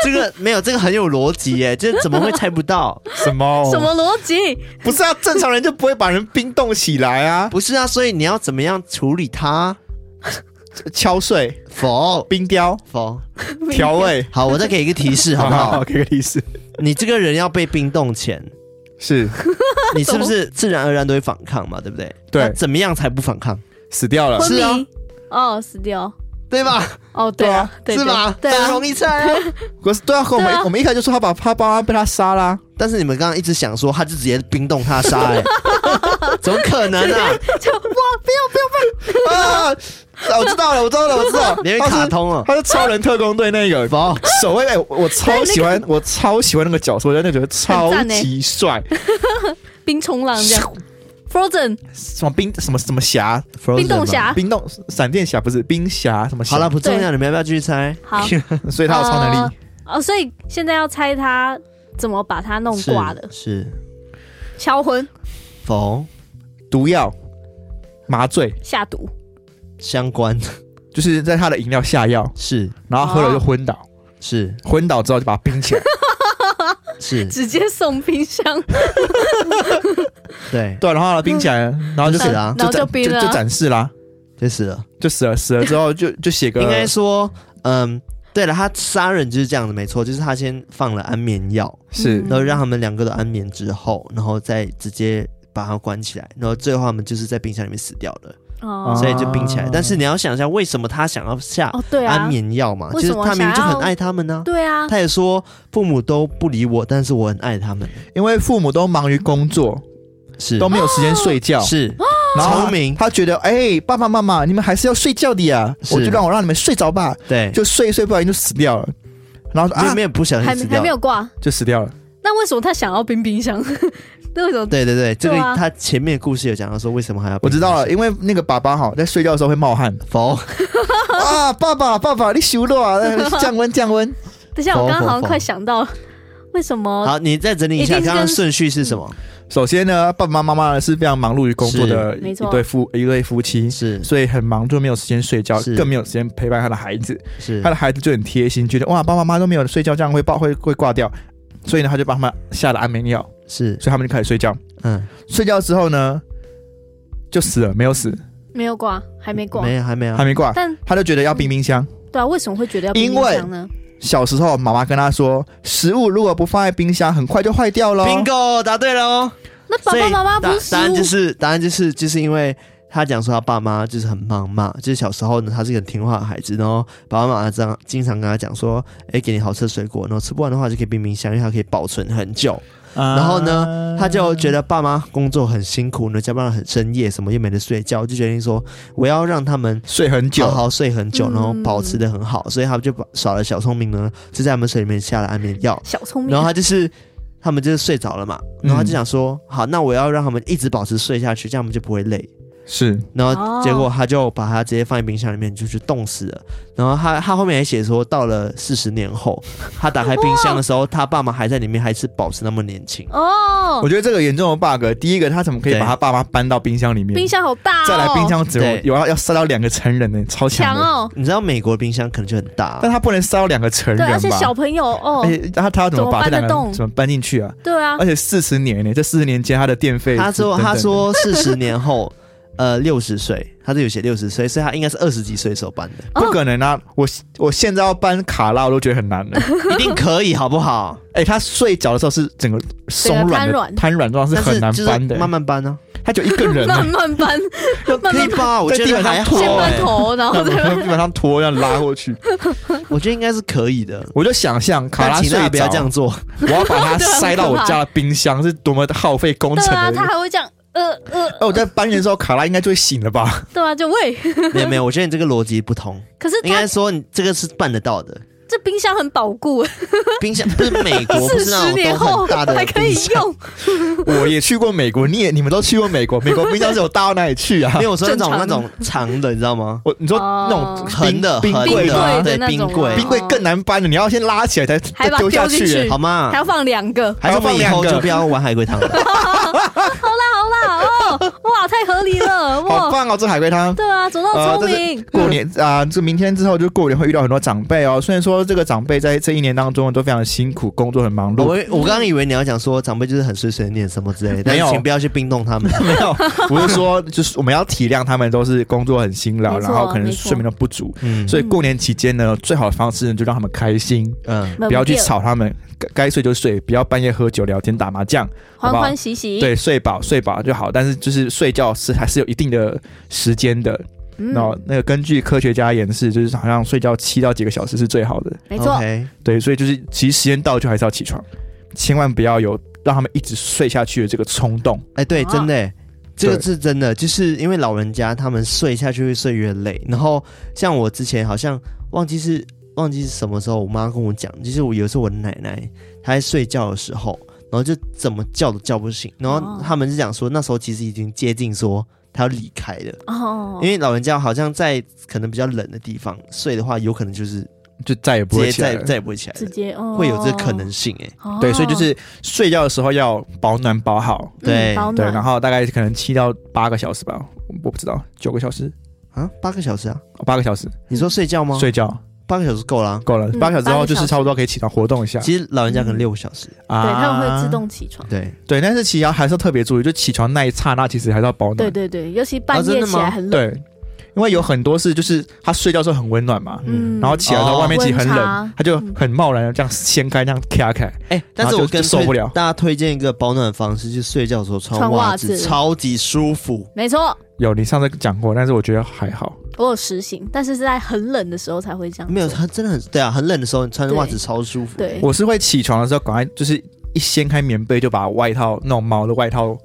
Speaker 1: 这个没有，这个很有逻辑耶，这怎么会猜不到？
Speaker 3: 什么
Speaker 1: 哦
Speaker 2: 什么逻辑？
Speaker 3: 不是啊，正常人就不会把人冰冻起来啊，
Speaker 1: 不是啊，所以你要怎么样处理它？
Speaker 3: 敲碎、
Speaker 1: 否
Speaker 3: 冰雕、
Speaker 1: 否，
Speaker 3: 调味，
Speaker 1: 好，我再给一个提示好不 [LAUGHS] 好？
Speaker 3: 给个提示，
Speaker 1: 你这个人要被冰冻 [LAUGHS] 前，
Speaker 3: 是
Speaker 1: 你是不是自然而然都会反抗嘛？对不对？那
Speaker 3: 对，
Speaker 1: 怎么样才不反抗？
Speaker 3: 死掉了，
Speaker 2: 昏
Speaker 1: 是啊
Speaker 2: 迷哦，死掉
Speaker 1: 对吧？
Speaker 2: 哦，对啊，对
Speaker 1: 是吧？
Speaker 2: 对
Speaker 1: 很
Speaker 2: 啊，
Speaker 1: 容易猜啊。
Speaker 3: 可是对啊，和我
Speaker 2: 对
Speaker 3: 们、
Speaker 2: 啊
Speaker 3: 我们一开始就说他把他爸妈被他杀啦、
Speaker 1: [LAUGHS]
Speaker 2: [LAUGHS]
Speaker 1: 但是你们刚刚一直想说，他就直接冰冻他杀， [LAUGHS] 哎，怎么可能啊？
Speaker 2: [LAUGHS] 就哇，不
Speaker 3: 啊，啊我知道了，我知道了，我知道了，
Speaker 1: 连
Speaker 3: 他
Speaker 1: 卡
Speaker 3: 是
Speaker 1: 通哦，
Speaker 3: 他是超人特工队
Speaker 2: [LAUGHS]
Speaker 3: 那个
Speaker 1: 否
Speaker 3: 守卫，哎、我我超喜欢，我超喜欢那个角色，我觉得那个角色
Speaker 2: 很
Speaker 3: 超
Speaker 2: 赞欸
Speaker 3: 级帅，
Speaker 2: 要冰冲浪这样，Frozen
Speaker 3: 什么冰什么什么侠，
Speaker 2: 冰冻侠
Speaker 3: 冰冻闪电侠不是冰侠什么侠？
Speaker 1: 好了，不重要，你们要不要继续猜？ [LAUGHS]
Speaker 2: 好
Speaker 3: 所以他有超能力。
Speaker 2: 哦，所以现在要猜他怎么把他弄
Speaker 1: 是
Speaker 2: 挂的，
Speaker 1: 是
Speaker 2: 销魂
Speaker 1: 否
Speaker 3: 毒药、麻醉，
Speaker 2: 下毒，
Speaker 1: 相关？
Speaker 3: 就是在他的饮料下药，
Speaker 1: 是
Speaker 3: 然后喝了就昏倒，
Speaker 1: 哦是
Speaker 3: 昏倒之后就把他冰
Speaker 1: [LAUGHS]
Speaker 3: 起来。
Speaker 1: 是，
Speaker 2: 直接送冰箱，
Speaker 1: 对，
Speaker 3: 对，然后冰起来，然后就
Speaker 1: 死了啊
Speaker 2: 嗯然后就
Speaker 3: 就展
Speaker 2: 冰
Speaker 3: 就
Speaker 2: 了
Speaker 3: 就展示啦，
Speaker 1: 就死了。
Speaker 3: 就死了，死了
Speaker 1: [LAUGHS]
Speaker 3: 之后就就写个
Speaker 1: 应该说，嗯，对了，他杀人就是这样的，没错，就是他先放了安眠药，
Speaker 3: 是
Speaker 1: 然后让他们两个都安眠之后，然后再直接把他关起来，然后最后他们就是在冰箱里面死掉的，
Speaker 2: 哦，
Speaker 1: 所以就冰起来
Speaker 3: 啊。
Speaker 1: 但是你要想一下，为什么他想要下
Speaker 2: 哦，对
Speaker 1: 安
Speaker 2: 啊，
Speaker 1: 眠药嘛？就
Speaker 2: 为
Speaker 1: 是
Speaker 2: 什么
Speaker 1: 他明明就
Speaker 2: 想
Speaker 1: 很
Speaker 2: 要
Speaker 1: 爱他们呢。
Speaker 2: 对啊，
Speaker 1: 他也说父母都不理我，但是我很爱他们。
Speaker 3: 因为父母都忙于工作，
Speaker 1: 是
Speaker 3: 都没有时间睡觉，
Speaker 1: 是
Speaker 3: 然后
Speaker 1: 聪明
Speaker 3: 他觉得，哎、爸爸妈妈，你们还是要睡觉的呀，
Speaker 1: 是
Speaker 3: 我就让我让你们睡着吧，
Speaker 1: 对，
Speaker 3: 就睡一睡，不小心就死掉了，然后
Speaker 1: 没
Speaker 3: 啊
Speaker 1: 有，没有不小
Speaker 2: 还
Speaker 1: 心
Speaker 2: 没
Speaker 1: 死
Speaker 2: 还
Speaker 1: 掉
Speaker 2: 没有。挂，
Speaker 3: 就死掉了。
Speaker 2: 那为什么他想要冰冰箱？ [LAUGHS] 那为什么？
Speaker 1: 对对对，这个
Speaker 2: 对啊
Speaker 1: 他前面的故事有讲到说为什么还要冰
Speaker 3: 我知
Speaker 1: 箱？
Speaker 3: 道了，因为那个爸爸哈，在睡觉的时候会
Speaker 1: [LAUGHS]
Speaker 3: 冒汗
Speaker 1: 否
Speaker 3: 啊，爸爸爸爸，你休了啊，降温降温，
Speaker 2: 等一下，
Speaker 1: 否
Speaker 2: 我刚刚好
Speaker 1: 否
Speaker 2: 像快想到，为什么？
Speaker 1: 好，你再整理一下
Speaker 2: 哦一定是
Speaker 1: 刚刚
Speaker 2: 跟
Speaker 1: 顺序是什么？
Speaker 3: 首先呢，爸爸妈妈妈呢是非常忙碌于工作的
Speaker 2: 是没
Speaker 3: 一
Speaker 2: 错
Speaker 3: 对夫一对
Speaker 2: 嗯
Speaker 3: 夫妻，
Speaker 1: 是
Speaker 3: 所以很忙就没有时间睡觉，
Speaker 1: 是
Speaker 3: 更没有时间陪伴他的孩子。
Speaker 1: 是
Speaker 3: 他的孩子就很贴心，觉得哇，爸爸妈妈都没有睡觉，这样会爆会会挂掉。所以呢，他就帮他们下了安眠药，
Speaker 1: 是，
Speaker 3: 所以他们就开始睡觉。
Speaker 1: 嗯，
Speaker 3: 睡觉之后呢，就死了，没有死，
Speaker 2: 没有挂，还没挂。
Speaker 1: 没有还没有啊
Speaker 3: 还，没挂。
Speaker 2: 但
Speaker 3: 他就觉得要冰冰箱。
Speaker 2: 对啊，为什么会觉得要冰
Speaker 3: 因为
Speaker 2: 箱呢？
Speaker 3: 小时候，妈妈跟他说，食物如果不放在冰箱，很快就坏掉喽。
Speaker 1: bingo 答对了哦。
Speaker 2: 那爸
Speaker 1: 所
Speaker 2: 爸
Speaker 1: 以
Speaker 2: 妈妈不
Speaker 1: 答
Speaker 2: 是食
Speaker 1: 答案
Speaker 2: 物
Speaker 1: 就是答案就是就是因为他讲说他爸妈就是很忙嘛，就是小时候呢他是个很听话的孩子，然后爸爸妈妈这样经常跟他讲说，哎、给你好吃的水果，然后吃不完的话就可以冰冰箱，因为它可以保存很久。
Speaker 3: 啊
Speaker 1: 然后
Speaker 2: 啊
Speaker 1: 呢，他就觉得爸妈工作很辛苦呢，加班到很深夜，什么又没得睡觉，就决定说我要让他们
Speaker 3: 睡很久
Speaker 1: 好，好睡很久，
Speaker 2: 嗯
Speaker 1: 然后保持的很好，所以他们就把耍了小聪明呢，就在他们水里面下了安眠药，
Speaker 2: 小聪明
Speaker 1: 然后，他就是他们就是睡着了嘛，然后他就想说，好，那我要让他们一直保持睡下去，这样他们就不会累。
Speaker 3: 是
Speaker 1: 然
Speaker 2: 哦
Speaker 1: 后结果他就把它直接放在冰箱里面，就去冻死了。然后他他后面还写说，到了四十年后，他打开冰箱的时候，他爸妈还在里面，还是保持那么年轻。
Speaker 2: 哦
Speaker 3: 我，觉得这个严重的 bug，第一个他怎么可以
Speaker 1: 对
Speaker 3: 把他爸妈搬到冰箱里面？
Speaker 2: 冰箱好大哦，
Speaker 3: 再来冰箱只有
Speaker 1: 对
Speaker 3: 有要要杀到两个成人呢、超强
Speaker 2: 强
Speaker 3: 的。
Speaker 2: 哦，
Speaker 1: 你知道美国冰箱可能就很大、啊
Speaker 3: 但他不能杀到两个成
Speaker 2: 对，
Speaker 3: 人吧？
Speaker 2: 而且小朋友哦
Speaker 1: 哎
Speaker 3: 而，且他他要怎么把这
Speaker 2: 怎么搬
Speaker 3: 两
Speaker 2: 得
Speaker 3: 个
Speaker 2: 动
Speaker 3: 人怎么搬进去啊？
Speaker 2: 对啊
Speaker 3: 而，且四十年呢、这四十年间他的电费，
Speaker 1: 他说
Speaker 3: 等等
Speaker 1: 他说四十年后，呃，六十岁，他这有写六十岁，所以他应该是二十几岁的时候搬的，
Speaker 3: 不可能啊！我我现在要搬卡拉我都觉得很难
Speaker 1: [LAUGHS]
Speaker 3: 了。
Speaker 1: 一定可以，好不好？
Speaker 3: 哎、他睡觉的时候是整个松软
Speaker 2: 瘫
Speaker 3: 的
Speaker 2: 软
Speaker 3: 瘫软状是
Speaker 1: 啊但
Speaker 3: 很难
Speaker 1: 就是
Speaker 3: 搬的、欸
Speaker 1: 慢慢搬呢、
Speaker 3: 他就一个人、
Speaker 2: 慢
Speaker 3: 欸，
Speaker 1: [LAUGHS]
Speaker 2: 慢搬， [LAUGHS] 慢
Speaker 1: 可以
Speaker 2: 慢搬，
Speaker 1: 吧？我觉得还好、
Speaker 3: 拖
Speaker 2: 先搬
Speaker 1: 欸，
Speaker 2: 头，然后
Speaker 3: 他
Speaker 2: 再
Speaker 3: 从地板上拖，这样拉过去。
Speaker 1: 我觉得应该是可以的。
Speaker 3: [LAUGHS] 我就想象 [LAUGHS] 卡拉
Speaker 1: 但请大
Speaker 3: 睡
Speaker 1: 家不要
Speaker 3: 着，
Speaker 1: 这样做，
Speaker 3: 我要把它
Speaker 2: 对很可怕
Speaker 3: 塞到我家的冰箱，是多么的耗费
Speaker 2: [LAUGHS]
Speaker 3: 工
Speaker 2: 对
Speaker 3: 程
Speaker 2: 啊，
Speaker 3: 的一
Speaker 2: 他
Speaker 3: 个。
Speaker 2: 还会这样，呃呃，
Speaker 3: 哎，我在搬运的时候，卡拉应该就会醒了吧？
Speaker 2: 对啊，就喂，
Speaker 1: 没有没有，我觉得你这个逻辑不
Speaker 2: [LAUGHS]
Speaker 1: 同，
Speaker 2: 可是
Speaker 1: 应
Speaker 2: 他
Speaker 1: 该说你这个是办得到的。
Speaker 2: 这冰箱很保固，
Speaker 1: 冰箱不是美国，不
Speaker 2: 四
Speaker 1: 是那
Speaker 2: 十
Speaker 1: 种
Speaker 2: 年
Speaker 1: 都
Speaker 2: 后
Speaker 1: 很大的
Speaker 2: 还可以
Speaker 1: 冰箱。
Speaker 2: 用，
Speaker 3: [LAUGHS] 我也去过美国，你也你们都去过美国，美国冰箱是有大到哪里去啊
Speaker 1: 没？有我说那种
Speaker 2: 正
Speaker 1: 那
Speaker 2: 常
Speaker 1: 种长的，你知道吗？
Speaker 3: 我你说
Speaker 2: 哦
Speaker 3: 那种
Speaker 1: 横的
Speaker 3: 冰
Speaker 1: 横
Speaker 3: 冰柜
Speaker 1: 的，
Speaker 3: 吗？
Speaker 2: 对
Speaker 1: 对
Speaker 2: 的那
Speaker 1: 冰
Speaker 2: 种
Speaker 1: 柜
Speaker 2: 啊
Speaker 3: 冰柜更难搬的，你要先拉起来才
Speaker 2: 还
Speaker 3: 再
Speaker 2: 把
Speaker 3: 丢
Speaker 2: 它
Speaker 3: 下
Speaker 2: 丢进去
Speaker 3: 去。
Speaker 1: 好吗
Speaker 2: 还？要放两个，
Speaker 1: 还是我们以后
Speaker 3: 还要放两个
Speaker 1: 就不要玩海龟汤了。
Speaker 2: 好啦哦，哇，太合理了，
Speaker 3: [LAUGHS] 好
Speaker 2: 哇，
Speaker 3: 棒哦，这海龟汤。
Speaker 2: 对啊，走到
Speaker 3: 呃
Speaker 2: 聪
Speaker 3: 这是
Speaker 2: 明，
Speaker 3: 过年啊，这、明天之后就过年会遇到很多长辈哦。虽然说这个长辈在这一年当中都非常辛苦，工作很忙
Speaker 1: 我
Speaker 3: 碌，
Speaker 1: 我刚刚以为你要讲说长辈就是很碎碎念什么之类的，但是
Speaker 3: 没有
Speaker 1: 请不要去冰冻他
Speaker 3: [LAUGHS]
Speaker 1: 们。
Speaker 3: 没
Speaker 2: [LAUGHS]
Speaker 3: 有，我是说，就是我们要体谅他们都是工作很辛劳，
Speaker 2: 没错
Speaker 3: 然后可能
Speaker 2: 没错
Speaker 3: 睡眠都不足，
Speaker 1: 嗯
Speaker 3: 所以过年期间呢，最好的方式呢就让他们开心，
Speaker 1: 嗯，
Speaker 2: 不
Speaker 3: 不要去，吵他们，该该睡就睡，不要半夜喝酒、聊天、打麻将，
Speaker 2: 欢
Speaker 3: 好不好
Speaker 2: 欢喜喜，
Speaker 3: 对，睡饱睡饱就好。但是就是睡觉是还是有一定的时间的。
Speaker 2: 嗯，
Speaker 3: 那、那个根据科学家研示，就是好像睡觉七到几个小时是最好的。
Speaker 2: 没错，
Speaker 1: OK，
Speaker 3: 对，所以就是其实时间到就还是要起床，千万不要有让他们一直睡下去的这个冲动。
Speaker 1: 哎，对，
Speaker 2: 啊
Speaker 1: 真的欸。这个是真的，就是因为老人家他们睡下去会睡越累，然后像我之前好像忘记是忘记是什么时候，我妈跟我讲，就是我有一次我奶奶她在睡觉的时候，然后就怎么叫都叫不醒，然后
Speaker 2: 哦
Speaker 1: 他们是讲说那时候其实已经接近说她要离开了，
Speaker 2: 哦
Speaker 1: 因，为老人家好像在可能比较冷的地方睡的话，有可能就是
Speaker 3: 就再也不
Speaker 1: 直
Speaker 3: 会
Speaker 1: 接
Speaker 3: 起来
Speaker 1: 再
Speaker 3: 了。
Speaker 1: 再也不会起来
Speaker 2: 直
Speaker 1: 了，
Speaker 2: 接哦，
Speaker 1: 会有这个可能性哎、
Speaker 2: 哦，
Speaker 3: 对，所以就是睡觉的时候要保暖保好，
Speaker 2: 嗯
Speaker 1: 对
Speaker 2: 保暖
Speaker 3: 对，然后大概可能七到八个小时吧，我不知道，九个小时，
Speaker 1: 啊，八个小时啊？
Speaker 3: 哦八个小时
Speaker 1: 你说睡觉吗？
Speaker 3: 睡觉
Speaker 1: 八个小时够了啊、
Speaker 3: 够了，
Speaker 2: 嗯
Speaker 3: 八个小时之
Speaker 2: 八
Speaker 3: 后
Speaker 2: 个小时
Speaker 3: 就是差不多可以起床活动一下。
Speaker 1: 其实老人家可能六个小时，
Speaker 3: 啊
Speaker 2: 对他们会自动起床。
Speaker 1: 对，
Speaker 3: 对，但是其实要还是要特别注意，就起床那一刹那，其实还是要保暖。哦
Speaker 2: 对对对，尤其半夜起来很冷，
Speaker 3: 对因为有很多是就是他睡觉的时候很温暖嘛，
Speaker 2: 嗯，
Speaker 3: 然后起来的时候
Speaker 1: 哦
Speaker 3: 外面其实很
Speaker 2: 温嗯
Speaker 3: 冷
Speaker 2: 差，
Speaker 3: 他就很贸然的这样掀开，这样卡开。
Speaker 1: 哎、但是
Speaker 3: 然后就
Speaker 1: 我跟
Speaker 3: 就受不了
Speaker 1: 推大家推荐一个保暖方式，就是睡觉的时候穿
Speaker 2: 穿
Speaker 1: 袜
Speaker 2: 袜
Speaker 1: 子，
Speaker 2: 子
Speaker 1: 超级舒服。
Speaker 2: 没错，
Speaker 3: 有你上次讲过，但是我觉得还好。
Speaker 2: 我有实行，但是是在很冷的时候才会这样。
Speaker 1: 没有，，它真的很对啊，很冷的时候你穿袜子
Speaker 2: 对
Speaker 1: 超舒服。
Speaker 2: 嗯对，
Speaker 3: 我是会起床的时候赶快就是一掀开棉被就把外套那种毛的外套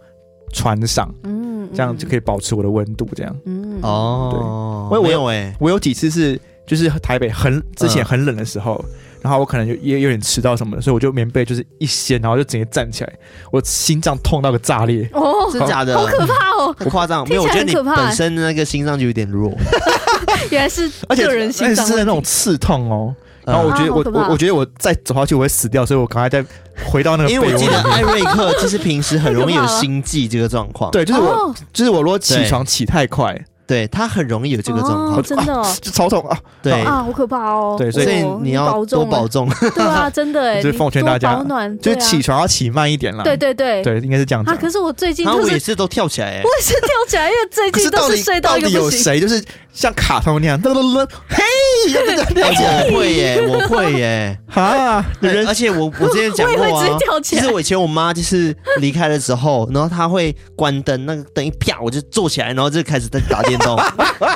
Speaker 3: 穿上，
Speaker 2: 嗯，
Speaker 3: 这样就可
Speaker 2: 以，
Speaker 3: 以保持我的温度。这样，
Speaker 2: 嗯，
Speaker 1: 哦，
Speaker 3: 对
Speaker 1: 我
Speaker 3: 我
Speaker 1: 没
Speaker 3: 有
Speaker 1: 有哎、
Speaker 3: 我有几次是就是台北很之前很冷的时候。然后我可能就也有点迟到什么的，所以我就棉被就是一掀，然后就直接站起来，我心脏痛到个炸裂。
Speaker 2: 哦，
Speaker 1: 欸真假的？
Speaker 2: 好可怕哦，
Speaker 1: 很夸张，没
Speaker 2: 听
Speaker 1: 有，
Speaker 2: 起
Speaker 1: 我
Speaker 2: 来
Speaker 1: 觉得你
Speaker 2: 很可怕
Speaker 1: 本身那个心脏就有点弱，
Speaker 2: 原来是
Speaker 3: 而且
Speaker 2: 个人心
Speaker 3: 而且
Speaker 2: 脏
Speaker 3: 是
Speaker 2: 问
Speaker 3: 那
Speaker 2: 题
Speaker 3: 种刺痛哦，
Speaker 4: 然
Speaker 1: 嗯
Speaker 4: 后我觉
Speaker 2: 啊
Speaker 4: 得
Speaker 2: 好
Speaker 4: 我
Speaker 2: 可怕
Speaker 3: 我我觉得我再走下去我会死掉，所以我赶快再回到那个被
Speaker 1: 因
Speaker 3: 窝
Speaker 1: 为
Speaker 3: 里
Speaker 1: 我记得
Speaker 3: 面。
Speaker 1: 艾瑞克就是平时很
Speaker 2: [LAUGHS]
Speaker 1: 容易有心悸这个状况，
Speaker 3: 对，就是我，
Speaker 2: 哦
Speaker 3: 就是我如果起
Speaker 1: 对
Speaker 3: 床起太快，
Speaker 1: 对他很容易有这个状
Speaker 2: 哦
Speaker 1: 况，
Speaker 2: 真的哦
Speaker 3: 就超痛啊！
Speaker 1: 对，
Speaker 2: 啊，好可怕哦！
Speaker 3: 对
Speaker 1: 所
Speaker 3: 所
Speaker 1: 以
Speaker 2: 哦
Speaker 1: 你要
Speaker 2: 保
Speaker 1: 多
Speaker 2: 重
Speaker 1: 保
Speaker 2: [LAUGHS]
Speaker 1: 重。
Speaker 2: 啊，对啊，真的哎，
Speaker 3: 就是
Speaker 2: 你
Speaker 3: 奉劝
Speaker 2: 多
Speaker 3: 大家
Speaker 2: 保暖，对
Speaker 3: 就是
Speaker 2: 啊
Speaker 3: 起床要起慢一点啦。
Speaker 2: 对对对
Speaker 3: 对，应该是这样子
Speaker 2: 啊！。可是我最近
Speaker 1: 然后
Speaker 2: 就
Speaker 1: 我
Speaker 2: 是
Speaker 1: 也是都跳起来、欸
Speaker 2: 我，也是跳起来，因为最
Speaker 3: 可
Speaker 2: 近
Speaker 3: 到
Speaker 2: 都
Speaker 3: 底
Speaker 2: 是睡到
Speaker 3: 到
Speaker 2: 一个
Speaker 3: 底
Speaker 2: 不
Speaker 3: 有
Speaker 2: 行。
Speaker 3: 谁就是像卡通那样，噔噔噔，嘿，要跟着跳起来
Speaker 1: 哎我会耶、我会耶、
Speaker 3: [LAUGHS] 哈，
Speaker 1: 对
Speaker 3: [LAUGHS] 人
Speaker 1: 而且我我之前讲
Speaker 2: 我也
Speaker 1: 过
Speaker 2: 会直
Speaker 1: 啊
Speaker 2: 接，跳
Speaker 1: 其
Speaker 2: 起来
Speaker 1: 实我以前我妈就是离开的时候， [LAUGHS] 然后她会关灯，那个灯一啪我就坐起来，然后就开始在打电
Speaker 2: [LAUGHS]
Speaker 1: 动，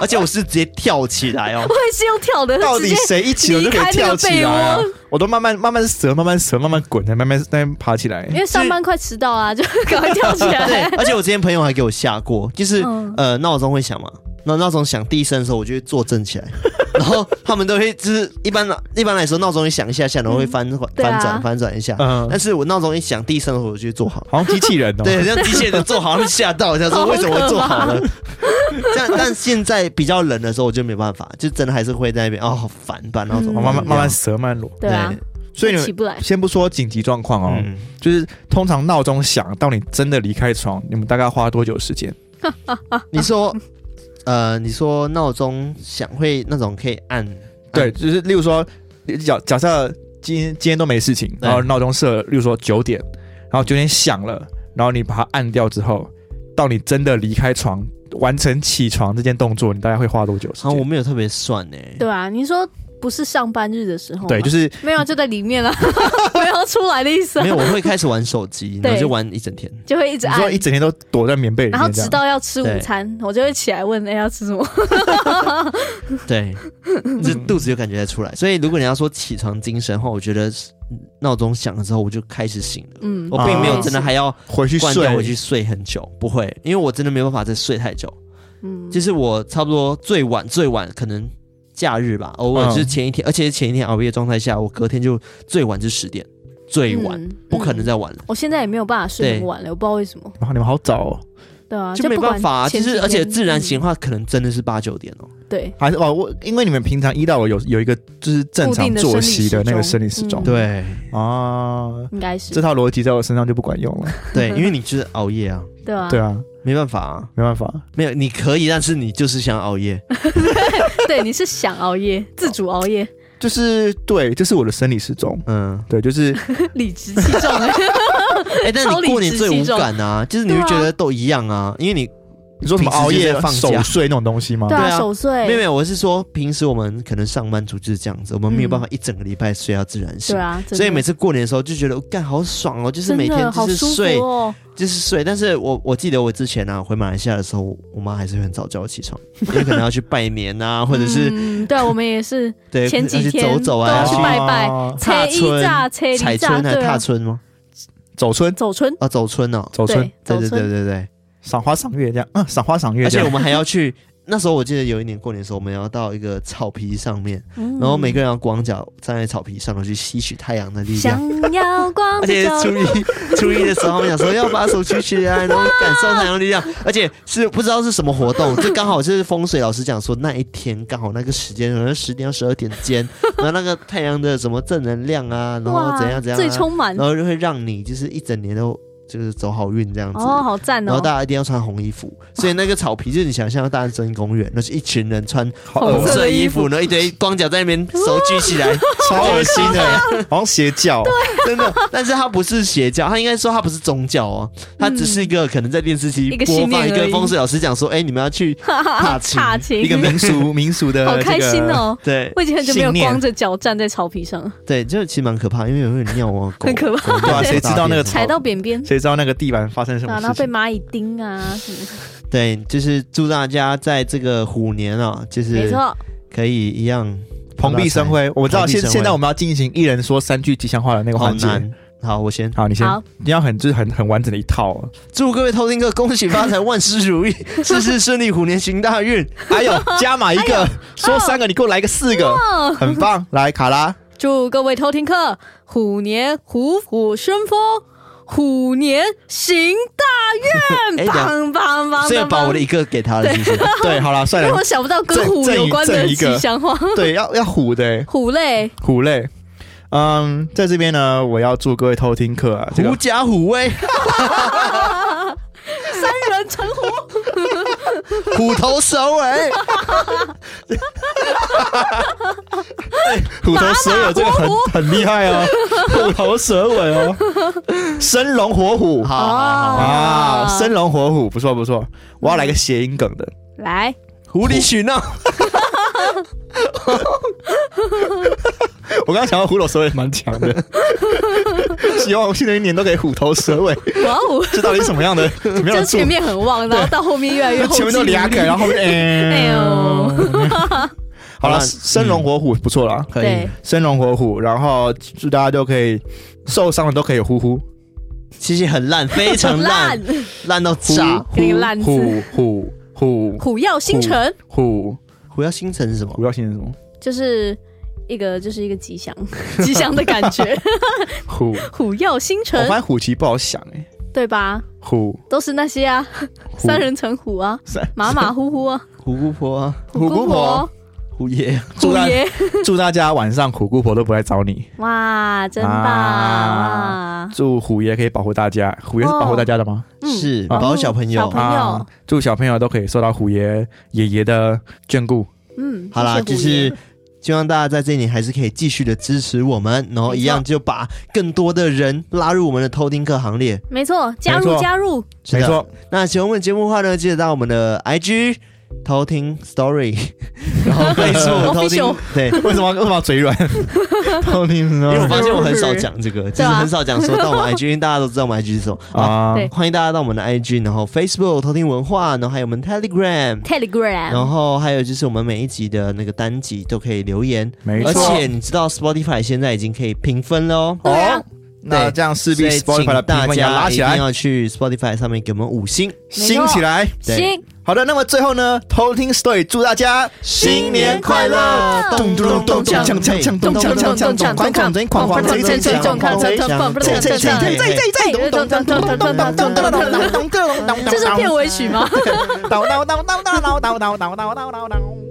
Speaker 1: 而且我是直接跳起来哦
Speaker 2: [LAUGHS] 我。也是用跳的，
Speaker 3: 到
Speaker 2: 直
Speaker 3: 底
Speaker 2: 接
Speaker 3: 谁一起我就可以跳起
Speaker 2: 离开
Speaker 3: 来
Speaker 2: 那
Speaker 3: 啊
Speaker 2: 个被？
Speaker 3: 我都慢慢慢慢折，慢慢折，慢慢滚，再慢慢再爬起来
Speaker 2: 因。为上班快迟到啊，就 [LAUGHS] 赶快跳起
Speaker 1: 对
Speaker 2: 来。，
Speaker 1: 而且我之前朋友还给我吓过，就是、
Speaker 2: 嗯
Speaker 1: 呃闹钟会响嘛，那闹钟响第一声的时候，我就会坐正
Speaker 2: [LAUGHS]
Speaker 1: 起来，然后他们都会就是一般一般来说闹钟一响一下下，然后会翻、
Speaker 2: 对啊
Speaker 1: 翻转翻转一下，
Speaker 3: 嗯
Speaker 1: 但是我闹钟一响第一声的时候，我就会坐好。
Speaker 3: 好像机器人 [LAUGHS] 哦。
Speaker 1: 对，很像机械人做好，他们 [LAUGHS] 吓到一下，
Speaker 2: 好
Speaker 1: 说为
Speaker 2: [LAUGHS] 可怕
Speaker 1: 什么我做好了？但但现在比较冷的时候，我就没办法，就真的还是会在那边哦，好烦，把闹钟
Speaker 2: 嗯
Speaker 3: 好，慢慢慢慢折，慢慢挪。
Speaker 2: [LAUGHS] 对啊，
Speaker 3: 所以你
Speaker 2: 起
Speaker 3: 们
Speaker 2: 不来。
Speaker 3: 先不说紧急状况哦，
Speaker 1: 嗯，
Speaker 3: 就是通常闹钟响到你真的离开床，你们大概花多久时间？
Speaker 1: 你说呃，你说闹钟响会那种可以按，
Speaker 3: 对，就是例如说，假假设今天今天都没事情，
Speaker 1: 对
Speaker 3: 然后闹钟设了，例如说九点，然后九点响了，然后你把它按掉之后，到你真的离开床完成起床这件动作，你大概会花多久时
Speaker 1: 好，啊我
Speaker 3: 间？
Speaker 1: 没有特别算呢、欸，
Speaker 2: 对啊，你说不是上班日的时候吗？
Speaker 3: 对，就是
Speaker 2: 没有就在里面了，啊 [LAUGHS] 没有出来的意思啊
Speaker 1: 没，有，我会开始玩手机，
Speaker 2: 对
Speaker 1: 然后就玩一整天。
Speaker 2: 就会一直
Speaker 3: 你说
Speaker 2: 按
Speaker 3: 一。整天都躲在棉被里
Speaker 2: 然后
Speaker 3: 面
Speaker 2: 直
Speaker 3: 这样，
Speaker 2: 到要吃午餐，我就会起来问哎要吃什么。 [LAUGHS]
Speaker 1: 对，这肚子有感觉在出来。所以如果你要说起床精神的话，我觉得是嗯闹钟响了之后我就开始醒了，
Speaker 2: 嗯，
Speaker 1: 我并没有真的还要
Speaker 3: 回去
Speaker 1: 关
Speaker 3: 睡
Speaker 1: 掉回啊去睡很久，不会，因为我真的没有办法再睡太久。
Speaker 2: 嗯，
Speaker 1: 就是我差不多最晚最晚可能假日吧，偶尔
Speaker 3: 嗯
Speaker 1: 就是前一天，而且是前一天熬夜的状态下，我隔天就最晚就十点，最晚、
Speaker 2: 嗯
Speaker 1: 不可能。
Speaker 2: 嗯
Speaker 1: 再晚了。
Speaker 2: 我现在也没有办法睡
Speaker 1: 对
Speaker 2: 很晚了，我不知道为什么。
Speaker 3: 哇，你们好早哦，
Speaker 2: 对啊，
Speaker 1: 就没
Speaker 2: 不
Speaker 1: 办
Speaker 2: 管
Speaker 1: 法、啊，
Speaker 2: 前
Speaker 1: 其
Speaker 2: 几
Speaker 1: 实
Speaker 2: 天
Speaker 1: 而且自然
Speaker 2: 嗯
Speaker 1: 醒的话，可能真的是八九点哦。
Speaker 2: 对
Speaker 3: 还是哦，我因为你们平常一到五有有一个就是正
Speaker 2: 固
Speaker 3: 常
Speaker 2: 定的
Speaker 3: 作息的那个生
Speaker 2: 生
Speaker 3: 理
Speaker 2: 理
Speaker 3: 时
Speaker 2: 时钟，
Speaker 3: 钟
Speaker 2: 嗯
Speaker 1: 对
Speaker 3: 啊，
Speaker 2: 应该是
Speaker 3: 这套逻辑在我身上就不管用了。
Speaker 2: 啊 [LAUGHS]
Speaker 1: 对，因为你就是熬夜啊，
Speaker 2: 对啊，
Speaker 3: 对啊，
Speaker 1: 没办法啊，
Speaker 3: 没办法，
Speaker 1: 没有你可以，但是你就是想熬夜。
Speaker 2: 对，你是想熬
Speaker 1: [LAUGHS]
Speaker 2: 夜，自主熬夜， [LAUGHS]
Speaker 3: 就是对，这是我的生理时钟。
Speaker 1: [LAUGHS] 嗯，
Speaker 3: 对，就是
Speaker 2: 理直气壮。
Speaker 1: [LAUGHS] 哎、但
Speaker 2: 超
Speaker 1: 你
Speaker 2: 理
Speaker 1: 过年
Speaker 2: 直
Speaker 1: 最
Speaker 2: 气
Speaker 1: 无
Speaker 2: 壮
Speaker 1: 感啊，就是你会
Speaker 2: 对啊
Speaker 1: 觉得都一样啊，因为你
Speaker 3: 你说什 [LAUGHS] 么
Speaker 1: 平时
Speaker 3: 熬
Speaker 1: 就是
Speaker 3: 夜啊
Speaker 1: 在放假
Speaker 3: 守睡那种东西吗？
Speaker 2: 对
Speaker 1: 对啊
Speaker 2: 啊，守岁。
Speaker 1: 没有没有，我是说平时我们可能上班族就是这样子，我们没有
Speaker 2: 嗯
Speaker 1: 办法一整个礼拜睡到自然醒。
Speaker 2: 对啊，真的
Speaker 1: 所以每次过年的时候就觉得，哦干好爽哦，就是每
Speaker 2: 真
Speaker 1: 天
Speaker 2: 的
Speaker 1: 就
Speaker 2: 好
Speaker 1: 是
Speaker 2: 舒服
Speaker 1: 睡，
Speaker 2: 哦。
Speaker 1: 就是睡。但是我我记得我之前啊回马来西亚的时候，我妈还是会很早叫我起床，因为可能要去拜年啊，或者是、
Speaker 2: 嗯，对啊，我们
Speaker 1: [LAUGHS]
Speaker 2: 也是
Speaker 1: 对
Speaker 2: 前
Speaker 1: 要
Speaker 2: 几
Speaker 1: 去
Speaker 2: 天
Speaker 1: 走走
Speaker 2: 都
Speaker 1: 啊，
Speaker 2: 要
Speaker 1: 要
Speaker 2: 去
Speaker 1: 去
Speaker 2: 拜拜
Speaker 3: 哦
Speaker 1: 踏
Speaker 2: 车
Speaker 1: 春
Speaker 2: 一炸，车一
Speaker 1: 踩
Speaker 2: 炸，
Speaker 1: 村还是
Speaker 2: 对
Speaker 1: 踏
Speaker 2: 啊，
Speaker 1: 春吗？
Speaker 3: 走春，
Speaker 2: 走春，
Speaker 1: 啊，走春哦，
Speaker 3: 走春
Speaker 1: 对
Speaker 2: 对，，走
Speaker 1: 对对
Speaker 2: 春，
Speaker 1: 对对
Speaker 3: 赏花赏月这样，嗯，赏花赏
Speaker 1: 对，
Speaker 3: 月
Speaker 1: 而且
Speaker 3: 这
Speaker 1: 我
Speaker 3: 样。
Speaker 1: 们还要去。那时候我记得有一年过年的时候，我们要到一个草皮上面，
Speaker 2: 然
Speaker 1: 然后每个人要光脚站在草皮上，然后去吸取太阳的力量。
Speaker 2: 想要
Speaker 1: [LAUGHS]
Speaker 2: 光
Speaker 1: 而且
Speaker 2: 着
Speaker 1: 初
Speaker 2: 走，
Speaker 1: 一初一的时候，他们想说要把手举起来，然后感受太阳力量，而且是不知道是什么活动，就刚好就是风水老师讲说那一天刚好那个时间，可能十点到十二点间，
Speaker 2: [LAUGHS]
Speaker 1: 然后那个太阳的什么正能量啊，然后
Speaker 2: 哇，
Speaker 1: 怎样怎样、
Speaker 2: 最
Speaker 1: 啊，
Speaker 2: 充满
Speaker 1: 然后就会让你就是一整年都就是走好运这样子。
Speaker 2: 哦，好赞
Speaker 1: 然后
Speaker 2: 哦，
Speaker 1: 大家一定要穿红衣服，所以那个草皮就是你想象大安森林公园，那是一群人穿
Speaker 3: 好
Speaker 2: 红
Speaker 1: 红
Speaker 3: 恶
Speaker 2: 色
Speaker 1: 色
Speaker 2: 的
Speaker 1: 衣
Speaker 2: 衣
Speaker 1: 服，然后一堆光脚在那边手举起来，
Speaker 3: 超恶心
Speaker 2: [LAUGHS]
Speaker 3: 的，好像邪教。
Speaker 1: [LAUGHS] 真的，但是它不是邪教，它应该说它不是宗教哦，它只是一个可能在电视机
Speaker 2: 嗯一个
Speaker 1: 播
Speaker 2: 信
Speaker 1: 放
Speaker 2: 念
Speaker 1: 一个
Speaker 2: 而已
Speaker 1: 风水老师讲说，哎，你们要
Speaker 2: [LAUGHS]
Speaker 1: 去踏青，
Speaker 2: 踏青，
Speaker 3: 一个民俗 [LAUGHS] 民俗的，
Speaker 2: 好开心。哦。
Speaker 1: 对
Speaker 2: 我已经很久没有
Speaker 3: 信念
Speaker 2: 光着脚站在草皮上了，
Speaker 1: 对，就其实蛮可怕，因为有人尿哦，狗
Speaker 2: 很可怕
Speaker 1: 狗
Speaker 3: 对啊
Speaker 1: 狗
Speaker 3: 谁知道那
Speaker 1: 大
Speaker 3: 个
Speaker 1: 便
Speaker 2: 踩到扁边，
Speaker 3: 谁知道那个地板发生什么
Speaker 2: 啊，然后
Speaker 3: 事
Speaker 2: 被
Speaker 3: 情？
Speaker 2: 蚂蚁叮啊什
Speaker 3: [LAUGHS]
Speaker 2: 么的，
Speaker 1: 对，就是祝大家在这个虎年啊，就
Speaker 2: 没
Speaker 1: 是
Speaker 2: 错，
Speaker 1: 可以一样
Speaker 3: 蓬荜生辉。我知道
Speaker 1: 蓬荜
Speaker 3: 现
Speaker 1: 生辉
Speaker 3: 现在我们要进行一人说三句吉祥话的那个
Speaker 1: 好
Speaker 3: 环节。
Speaker 1: 难。好，我先
Speaker 3: 好，你先
Speaker 2: 好，
Speaker 3: 你要很就是很很完整的一
Speaker 2: [LAUGHS]
Speaker 3: 套哦。
Speaker 1: 祝各位偷听客恭喜发财，万事如意，事事顺利，虎年行大运。
Speaker 3: 还有哎加码一
Speaker 2: 哎
Speaker 3: 个，说三个，你给我来个四个，
Speaker 2: 嗯。[LAUGHS]
Speaker 3: 很棒。来，卡拉，
Speaker 2: 祝各位偷听客虎年虎虎生风，虎年行
Speaker 1: 哎
Speaker 2: 大运，
Speaker 1: 等下
Speaker 2: 棒棒棒！
Speaker 1: 所以把我的一个给他了，是不是？
Speaker 3: 对，好啦，算
Speaker 2: 因为
Speaker 3: 了
Speaker 2: 我，想不到跟
Speaker 3: 赠
Speaker 2: 虎
Speaker 3: 赠
Speaker 2: 有
Speaker 3: 一
Speaker 2: 关
Speaker 3: 赠
Speaker 2: 的
Speaker 3: 一个
Speaker 2: 吉祥话，
Speaker 3: [LAUGHS] 对，要要虎的欸
Speaker 2: 虎类。
Speaker 3: 虎类。嗯，在这边呢，我要祝各位偷听客啊，这个
Speaker 1: 狐假虎威，
Speaker 2: 三人成
Speaker 3: [LAUGHS]
Speaker 2: 虎，
Speaker 1: 虎头蛇尾，
Speaker 3: 哎虎头蛇尾这个很很厉害 [LAUGHS] 哦，虎头蛇尾哦，生龙活虎
Speaker 1: 好好好，
Speaker 3: 啊，
Speaker 2: 啊
Speaker 3: 生龙活虎，不错不错，我要来个谐音梗的，
Speaker 2: 来，
Speaker 1: 无理取闹，
Speaker 3: 我刚刚想到虎头蛇尾蛮强的， [LAUGHS] 希望新的一年都可以虎头蛇尾，
Speaker 2: 哇哦！
Speaker 3: 这到底是什么样的怎么样
Speaker 2: 就
Speaker 3: 的祝
Speaker 2: 前面很旺，然后到后面越来越后
Speaker 3: [LAUGHS] 前面都
Speaker 2: 继
Speaker 3: 俩
Speaker 2: 无力
Speaker 3: 梗，然后后面
Speaker 2: 哎 [LAUGHS]
Speaker 3: 哎
Speaker 2: 呦，
Speaker 3: 好
Speaker 1: 好
Speaker 3: 了，
Speaker 1: 啦
Speaker 3: 生
Speaker 2: 嗯
Speaker 3: 龙活虎不错啦，
Speaker 1: 可以
Speaker 2: 对。，
Speaker 3: 生龙活虎，然后祝大家都可以受伤的都可以呼呼
Speaker 1: 其实很烂，非常
Speaker 2: 很
Speaker 1: 烂，烂到
Speaker 3: 呼
Speaker 1: 炸。
Speaker 2: 给个烂字
Speaker 3: 呼呼呼
Speaker 2: 虎耀星辰
Speaker 3: 呼，
Speaker 1: 虎耀星辰是什么？
Speaker 3: 虎要姓什么？
Speaker 2: 就是一个就是一个吉祥 [LAUGHS] 吉祥的感
Speaker 3: [LAUGHS]
Speaker 2: 觉，
Speaker 3: 虎，
Speaker 2: 虎耀星
Speaker 3: 我
Speaker 2: 辰
Speaker 3: 发现虎旗不好想哎，
Speaker 2: 对吧？
Speaker 3: 虎
Speaker 2: 都是那些啊，
Speaker 3: 虎
Speaker 2: 三人成虎啊，
Speaker 3: 三
Speaker 2: 马马虎虎啊，
Speaker 1: 虎姑婆啊，
Speaker 3: 虎
Speaker 2: 姑
Speaker 3: 姑婆，
Speaker 1: 虎爷，
Speaker 3: 祝
Speaker 2: 虎
Speaker 3: 大
Speaker 2: 爷，
Speaker 3: 祝大家晚上虎姑婆都不来找你，
Speaker 2: 哇，真棒！
Speaker 3: 啊
Speaker 2: 哇
Speaker 3: 祝虎爷可以保护大家，虎爷是保护大家的吗？
Speaker 2: 嗯
Speaker 1: 是
Speaker 3: 啊
Speaker 1: 保小朋
Speaker 2: 小
Speaker 1: 友
Speaker 2: 朋。友
Speaker 3: 啊，祝小朋友都可以受到虎爷爷爷的眷顾。
Speaker 2: 嗯，
Speaker 1: 好啦，
Speaker 2: 谢
Speaker 1: 就
Speaker 2: 谢虎爷
Speaker 1: 是希望大家在这里还是可以继续的支持我们，然后一样就把更多的人拉入我们的偷听课行列。
Speaker 2: 没错，加
Speaker 3: 没
Speaker 2: 入
Speaker 3: 错
Speaker 2: 加入，
Speaker 1: 是
Speaker 3: 没
Speaker 1: 的
Speaker 3: 错，
Speaker 1: 那喜欢我们节目的话呢，记得到我们的 IG 偷听 [LAUGHS] Story，然后 Facebook 偷听
Speaker 2: [LAUGHS] Official
Speaker 1: [LAUGHS] 对。
Speaker 3: 为什么为什么要嘴软？偷听
Speaker 1: 因为我
Speaker 3: 说
Speaker 1: 发现我很少讲这个，就是
Speaker 2: 对啊
Speaker 1: 很少讲说
Speaker 2: [LAUGHS]
Speaker 1: 到我们 IG，因为大家都知道我们 IG 是什么啊。
Speaker 3: 啊，
Speaker 2: 对
Speaker 1: 欢迎大家到我们的 IG，然后 Facebook 偷听文化，然后还有我们 Telegram，然
Speaker 2: Telegram，
Speaker 1: 后还有就是我们每一集的那个单集都可以留言，
Speaker 3: 没
Speaker 1: 而
Speaker 3: 错。
Speaker 1: 且你知道 Spotify 现在已经可以评分喽。
Speaker 2: 对啊
Speaker 3: 哦，那这样势必
Speaker 1: 所以
Speaker 3: Spotify 的
Speaker 1: 请
Speaker 3: 评
Speaker 1: 大
Speaker 3: 分也要
Speaker 1: 家
Speaker 3: 拉
Speaker 1: 一
Speaker 3: 起
Speaker 1: 定
Speaker 3: 来，
Speaker 1: 要去 Spotify 上面给我们五星。
Speaker 3: 兴起来。
Speaker 1: 对
Speaker 2: 行，
Speaker 3: 好的，那么最后呢，偷听 story 祝大家
Speaker 1: 新年快乐
Speaker 3: 咚咚咚咚咚锵锵锵咚锵锵锵咚狂狂贼狂狂贼贼贼狂狂贼贼贼贼贼贼贼咚咚咚咚咚咚咚咚咚咚咚咚咚咚，
Speaker 2: 这是片尾曲吗？
Speaker 3: 叨叨叨叨叨叨叨叨叨叨叨。